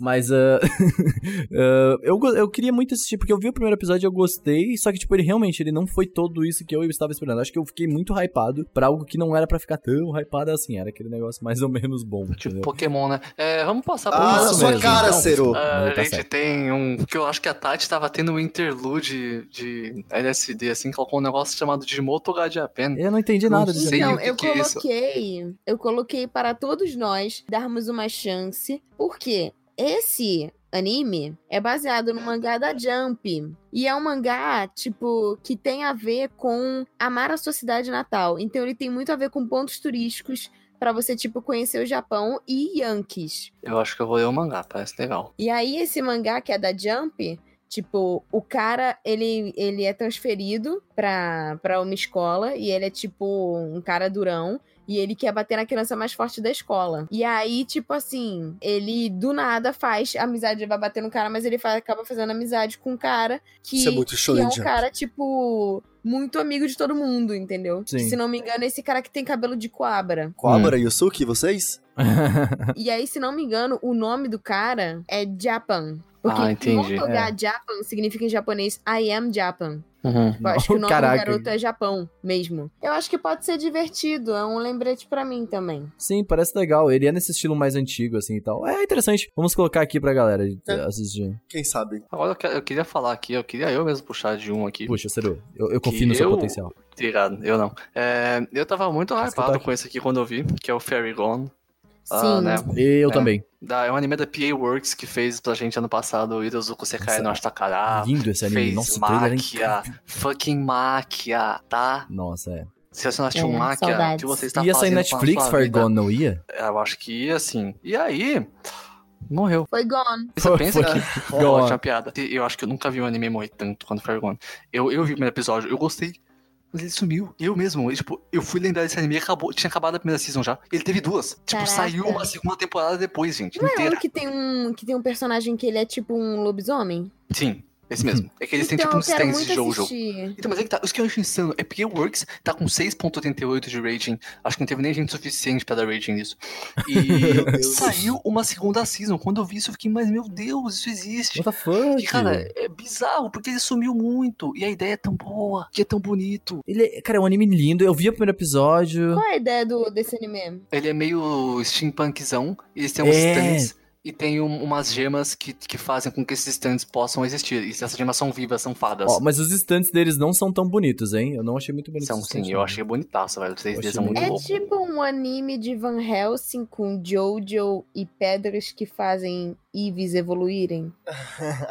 Speaker 2: Mas ah, ah, eu, go- eu queria muito assistir, porque eu vi o primeiro episódio e eu gostei. Só que, tipo, ele realmente ele não foi todo isso que eu estava esperando. Acho que eu fiquei muito hypado pra algo que não era pra ficar tão hypado assim. Era aquele negócio mais ou menos bom.
Speaker 3: Tipo
Speaker 2: entendeu?
Speaker 3: Pokémon, né? É, vamos passar pro
Speaker 5: Ah, na
Speaker 2: Isso
Speaker 5: sua
Speaker 2: mesmo,
Speaker 5: cara,
Speaker 2: então.
Speaker 5: Cero!
Speaker 3: Ah,
Speaker 2: Não,
Speaker 3: a
Speaker 2: tá
Speaker 3: gente
Speaker 2: certo.
Speaker 3: tem um. Que eu acho que a Tati tava tendo um interlude de LSD, assim, colocou um negócio chamado de Motogadiapen.
Speaker 2: Eu não entendi nada
Speaker 3: Não
Speaker 2: disso.
Speaker 3: sei.
Speaker 2: anime.
Speaker 4: Então,
Speaker 3: o que
Speaker 4: eu
Speaker 3: que é isso.
Speaker 4: coloquei, eu coloquei para todos nós darmos uma chance, porque esse anime é baseado no mangá da Jump. E é um mangá, tipo, que tem a ver com amar a sua cidade natal. Então ele tem muito a ver com pontos turísticos pra você, tipo, conhecer o Japão e Yankees.
Speaker 3: Eu acho que eu vou ler o mangá, parece legal.
Speaker 4: E aí, esse mangá que é da Jump, tipo, o cara, ele, ele é transferido pra, pra uma escola e ele é, tipo, um cara durão. E ele quer bater na criança mais forte da escola. E aí, tipo assim, ele do nada faz amizade, ele vai bater no cara, mas ele faz- acaba fazendo amizade com um cara que,
Speaker 5: Isso é muito
Speaker 4: que é
Speaker 5: shonen
Speaker 4: um
Speaker 5: jump.
Speaker 4: cara, tipo, muito amigo de todo mundo, entendeu?
Speaker 2: Sim.
Speaker 4: Se não me engano, é esse cara que tem cabelo de coabra.
Speaker 2: Hum.
Speaker 5: Coabra, Yusuke, vocês?
Speaker 4: E aí, se não me engano, o nome do cara é Japan. Porque
Speaker 3: Ah, entendi,
Speaker 4: Motoga Japan significa em japonês I am Japan.
Speaker 3: Uhum.
Speaker 4: Tipo, Eu acho que o nome
Speaker 2: Caraca.
Speaker 4: do garoto é Japão mesmo. Eu acho que pode ser divertido, é um lembrete pra mim também.
Speaker 2: Sim, parece legal. Ele é nesse estilo mais antigo, assim e tal. É interessante. Vamos colocar aqui pra galera
Speaker 5: É.
Speaker 2: assistir.
Speaker 5: Quem sabe?
Speaker 3: Agora eu, que- eu queria falar aqui, eu queria eu mesmo puxar de um aqui.
Speaker 2: Puxa, Seru, eu, eu
Speaker 3: Que
Speaker 2: confio no seu
Speaker 3: eu-
Speaker 2: potencial.
Speaker 3: Obrigado, eu não. É, eu tava muito
Speaker 2: Mas tá que
Speaker 3: hypado
Speaker 2: toque.
Speaker 3: com esse aqui quando eu vi, que é o Fairy Gone. Ah,
Speaker 4: Sim.
Speaker 3: né?
Speaker 2: Eu
Speaker 3: É.
Speaker 2: também.
Speaker 3: Da, é um anime da PA Works que fez pra gente ano passado o Irozuko Sekai
Speaker 2: Nossa,
Speaker 3: no Ashtakara.
Speaker 2: Lindo esse anime.
Speaker 3: Ah, fez
Speaker 2: Nossa, o trailer era
Speaker 3: Makia.
Speaker 2: incrível.
Speaker 3: Fucking Makia, tá?
Speaker 2: Nossa, é.
Speaker 3: Se você não assistiu
Speaker 4: É,
Speaker 3: Makia,
Speaker 4: saudades.
Speaker 3: que você está
Speaker 2: ia sair
Speaker 3: fazendo com a
Speaker 2: Netflix,
Speaker 3: sua
Speaker 2: Fire
Speaker 3: vida? É,
Speaker 2: Gone, não ia?
Speaker 3: Eu acho que ia, sim. E aí, morreu.
Speaker 4: Foi Gone.
Speaker 3: Você
Speaker 2: Foi-
Speaker 3: pensa
Speaker 2: foi-
Speaker 3: que...
Speaker 2: Gone.
Speaker 3: Ó, ótima piada. Eu acho que eu nunca vi um anime morrer tanto quanto Fire Gone. Eu, eu vi o primeiro episódio, eu gostei. Mas ele sumiu. Eu mesmo, eu, tipo, eu fui lembrar desse anime e acabou. Tinha acabado a primeira season já. Ele teve duas. Tipo,
Speaker 4: Caraca.
Speaker 3: saiu uma segunda temporada depois, gente.
Speaker 4: Não é
Speaker 3: inteira.
Speaker 4: um que tem um que tem um personagem que ele é tipo um lobisomem?
Speaker 3: Sim, esse mesmo. É que eles têm
Speaker 4: então
Speaker 3: tipo um
Speaker 4: eu quero
Speaker 3: stance
Speaker 4: muito
Speaker 3: de Jojo.
Speaker 4: assistir.
Speaker 3: Então, mas é que tá, isso que eu acho insano é porque o Works tá com 6.88 de rating. Acho que não teve nem gente suficiente pra dar rating nisso.
Speaker 5: Meu
Speaker 3: E
Speaker 5: Deus.
Speaker 3: saiu uma segunda season. Quando eu vi isso, eu fiquei, mas meu Deus, isso existe.
Speaker 2: What the
Speaker 3: E,
Speaker 2: fuck?
Speaker 3: cara, é bizarro, porque ele sumiu muito. E a ideia é tão boa, que é tão bonito.
Speaker 2: Ele é- cara, é um anime lindo. Eu vi o primeiro episódio.
Speaker 4: Qual é a ideia do, desse anime?
Speaker 3: Ele é meio steampunkzão, e eles têm uns
Speaker 2: É.
Speaker 3: stands e tem um- umas gemas que, que fazem com que esses stands possam existir. E essas gemas são vivas, são fadas.
Speaker 2: Ó, mas os estantes deles não são tão bonitos, hein? Eu não achei muito bonito.
Speaker 3: São,
Speaker 2: os
Speaker 3: sim,
Speaker 2: estantes,
Speaker 3: eu
Speaker 2: não.
Speaker 3: achei bonitaço, velho. Os 3D
Speaker 2: Achei
Speaker 3: são muito
Speaker 2: lindo.
Speaker 4: É
Speaker 3: loucos.
Speaker 4: tipo um anime de Van Helsing com Jojo e pedras que fazem Ives evoluírem?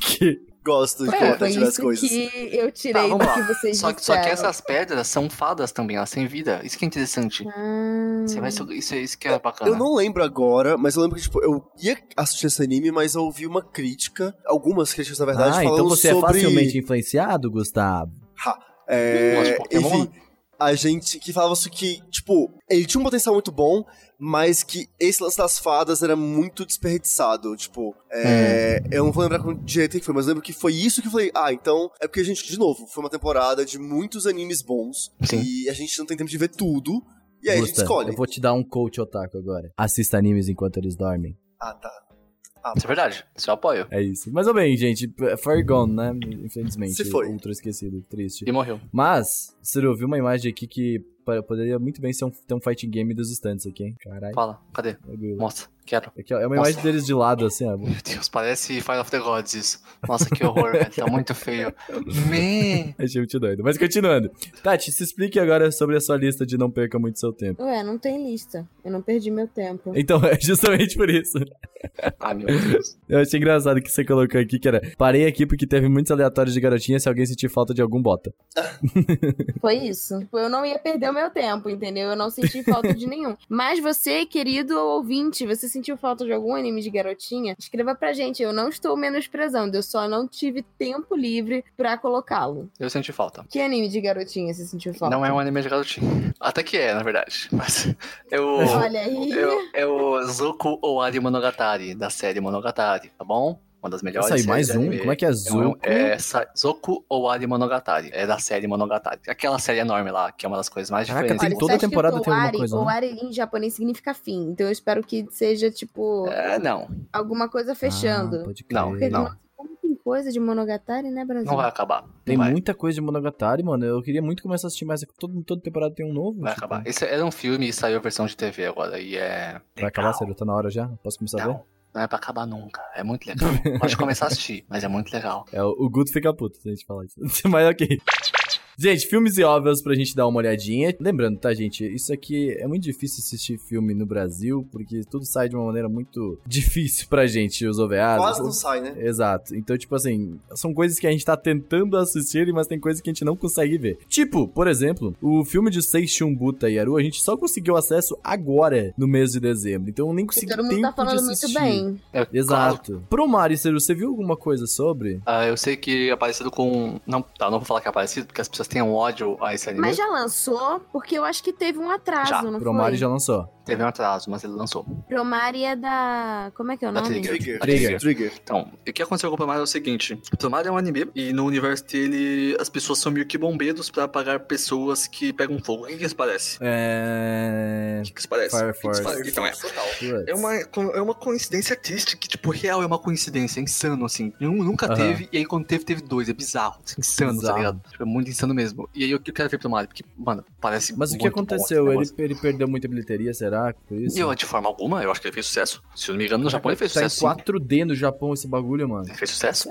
Speaker 2: Que-
Speaker 5: Gosto de
Speaker 4: É,
Speaker 5: colocar
Speaker 4: foi
Speaker 5: tirar as
Speaker 4: isso
Speaker 5: coisas.
Speaker 4: que eu tirei
Speaker 3: Tá,
Speaker 4: do
Speaker 3: vamos
Speaker 4: que
Speaker 3: lá.
Speaker 4: vocês
Speaker 3: Só, que- só
Speaker 4: disseram.
Speaker 3: que essas pedras são fadas também, elas têm vida. Isso que é interessante.
Speaker 4: Ah.
Speaker 3: Você vai, isso, isso, é- isso que é bacana.
Speaker 5: Eu não lembro agora, mas eu lembro que, tipo, eu ia assistir esse anime, mas eu ouvi uma crítica, algumas críticas, na verdade,
Speaker 2: ah,
Speaker 5: falando
Speaker 2: então você
Speaker 5: sobre...
Speaker 2: é facilmente influenciado, Gustavo?
Speaker 3: Gosto
Speaker 5: É,
Speaker 3: de Pokémon,
Speaker 5: enfim, a gente que falava isso que, tipo, ele tinha um potencial muito bom, mas que esse lance das fadas era muito desperdiçado. Tipo, é,
Speaker 3: Hum.
Speaker 5: eu não vou lembrar com direito que foi, mas eu lembro que foi isso que eu falei. Ah, então é porque a gente, de novo, foi uma temporada de muitos animes bons
Speaker 3: Sim.
Speaker 5: e a gente não tem tempo de ver tudo. E aí a gente
Speaker 2: Gusta,
Speaker 5: escolhe.
Speaker 2: Eu vou te dar um coach otaku agora. Assista animes enquanto eles dormem.
Speaker 5: Ah, tá.
Speaker 3: Isso é verdade. Isso eu apoio.
Speaker 2: É isso. Mas, ou bem, gente, é Far Gone, né? Infelizmente.
Speaker 5: Se foi.
Speaker 2: Ultra esquecido, triste.
Speaker 3: E morreu.
Speaker 2: Mas, Ciro, eu vi uma imagem aqui que pa- poderia muito bem ser um, ter um fighting game dos stands aqui, hein? Caralho.
Speaker 3: Fala. Cadê?
Speaker 2: bagulho.
Speaker 3: Mostra. Quero.
Speaker 2: Aqui, ó, é uma
Speaker 3: Nossa.
Speaker 2: imagem deles de lado, assim, ó.
Speaker 3: Meu Deus, parece Fire of the Gods isso. Nossa, que horror, velho. Tá muito feio. Man.
Speaker 2: Achei muito doido. Mas continuando. Tati, se explique agora sobre a sua lista de não perca muito seu tempo.
Speaker 4: Ué, não tem lista. Eu não perdi meu tempo.
Speaker 2: Então, é justamente por isso.
Speaker 3: Ai, meu Deus.
Speaker 2: Eu achei engraçado que você colocou aqui, que era parei aqui porque teve muitos aleatórios de garotinha, se alguém sentir falta de algum, bota.
Speaker 4: Foi isso. Tipo, Eu não ia perder o meu tempo, entendeu? Eu não senti falta de nenhum. Mas você, querido ouvinte, você sentiu falta de algum anime de garotinha? Escreva pra gente. Eu não estou menosprezando. Eu só não tive tempo livre pra colocá-lo.
Speaker 3: Eu senti falta.
Speaker 4: Que anime de garotinha você sentiu
Speaker 2: Tá.
Speaker 4: falta?
Speaker 3: Não é um anime de garotinho. Até que é, na verdade. Mas eu...
Speaker 4: Olha aí.
Speaker 3: eu é o Zoku Owari Monogatari, da série Monogatari, tá bom? Uma das melhores
Speaker 2: Sai mais
Speaker 3: séries de
Speaker 2: um?
Speaker 3: anime.
Speaker 2: Como é que é Zuko?
Speaker 3: É, essa- Zoku Owari Monogatari. É da série Monogatari. Aquela série enorme lá, que é uma das coisas mais
Speaker 2: Caraca,
Speaker 3: diferentes.
Speaker 2: tem
Speaker 3: do
Speaker 2: toda
Speaker 4: tá
Speaker 2: a
Speaker 4: escrito
Speaker 2: temporada tem alguma
Speaker 4: Owari.
Speaker 2: coisa, né?
Speaker 4: Owari em japonês significa fim. Então eu espero que seja, tipo,
Speaker 3: mundo. É, não.
Speaker 4: alguma coisa
Speaker 2: Ah,
Speaker 4: fechando.
Speaker 2: pode crer.
Speaker 3: Não,
Speaker 4: Porque, nossa, como tem coisa de Monogatari, né, Brasil?
Speaker 2: é
Speaker 3: Não vai acabar. Não
Speaker 2: Tem
Speaker 3: vai,
Speaker 2: muita coisa de Monogatari, mano. Eu queria muito começar a assistir, mas todo, toda temporada tem um novo.
Speaker 3: Vai
Speaker 2: tipo.
Speaker 3: acabar. Esse era um filme e saiu a versão de TV agora. E é.
Speaker 2: Vai acabar, sério? Tá na hora já? Posso começar a ver?
Speaker 3: Não, não é pra acabar nunca. É muito legal. Pode começar a assistir, mas é muito legal.
Speaker 2: É, o o Guto fica puto se a gente falar isso. mas ok. Gente, filmes e obras pra gente dar uma olhadinha. Lembrando, tá, gente? Isso aqui é muito difícil assistir filme no Brasil, porque tudo sai de uma maneira muito difícil pra gente, os
Speaker 3: Ah,
Speaker 2: OVAs.
Speaker 5: Quase não sai, né?
Speaker 2: Exato. Então, tipo assim, são coisas que a gente tá tentando assistir, mas tem coisas que a gente não consegue ver. Tipo, por exemplo, o filme de Seishunbuta e Aru, a gente só conseguiu acesso agora, no mês de dezembro. Então, eu nem consegui
Speaker 4: Todo mundo tá
Speaker 2: tempo de
Speaker 4: falando muito
Speaker 2: assistir.
Speaker 4: bem.
Speaker 3: É, claro.
Speaker 2: Exato. Pro Mário, Ciro, você viu alguma coisa sobre?
Speaker 3: Ah, eu sei que é parecido com. Não, tá, não vou falar que é parecido, porque as pessoas têm um ódio a esse anime.
Speaker 4: Mas já lançou, porque eu acho que teve um atraso,
Speaker 3: Já.
Speaker 4: não
Speaker 2: Pro
Speaker 4: foi?
Speaker 2: Mário já lançou.
Speaker 3: Teve um atraso, mas ele lançou.
Speaker 4: Promare é da... Como é que é o
Speaker 3: Da
Speaker 4: nome?
Speaker 3: Trigger.
Speaker 5: Trigger.
Speaker 2: Trigger.
Speaker 5: Trigger.
Speaker 3: Então, o que aconteceu com o Promare é o seguinte: o Promare é um anime e no universo dele as pessoas são meio que bombeiros pra apagar pessoas que pegam fogo. O que que isso parece?
Speaker 2: É.
Speaker 3: O que que isso parece?
Speaker 2: Fire
Speaker 3: O que que
Speaker 2: Force.
Speaker 3: isso parece? Então é. É uma, co- é uma coincidência triste, que, tipo, real, é uma coincidência, é insano, assim. Nun- Nunca
Speaker 2: Aham.
Speaker 3: teve, e aí quando teve, teve dois, é bizarro, assim, insano,
Speaker 2: Bizarro.
Speaker 3: tá ligado? Tipo, é muito insano mesmo. E aí eu que- eu quero ver pro Mario, porque, mano, parece
Speaker 2: Mas o que
Speaker 3: muito bom esse
Speaker 2: aconteceu? Ele,
Speaker 3: negócio.
Speaker 2: ele perdeu muita bilheteria, será? Por isso?
Speaker 3: Eu, de forma alguma, eu acho que ele fez sucesso. Se eu não me engano, no Japão ele fez
Speaker 2: Tá em Tá.
Speaker 3: sucesso. sim.
Speaker 2: 4D no Japão esse bagulho, mano.
Speaker 3: Ele fez sucesso?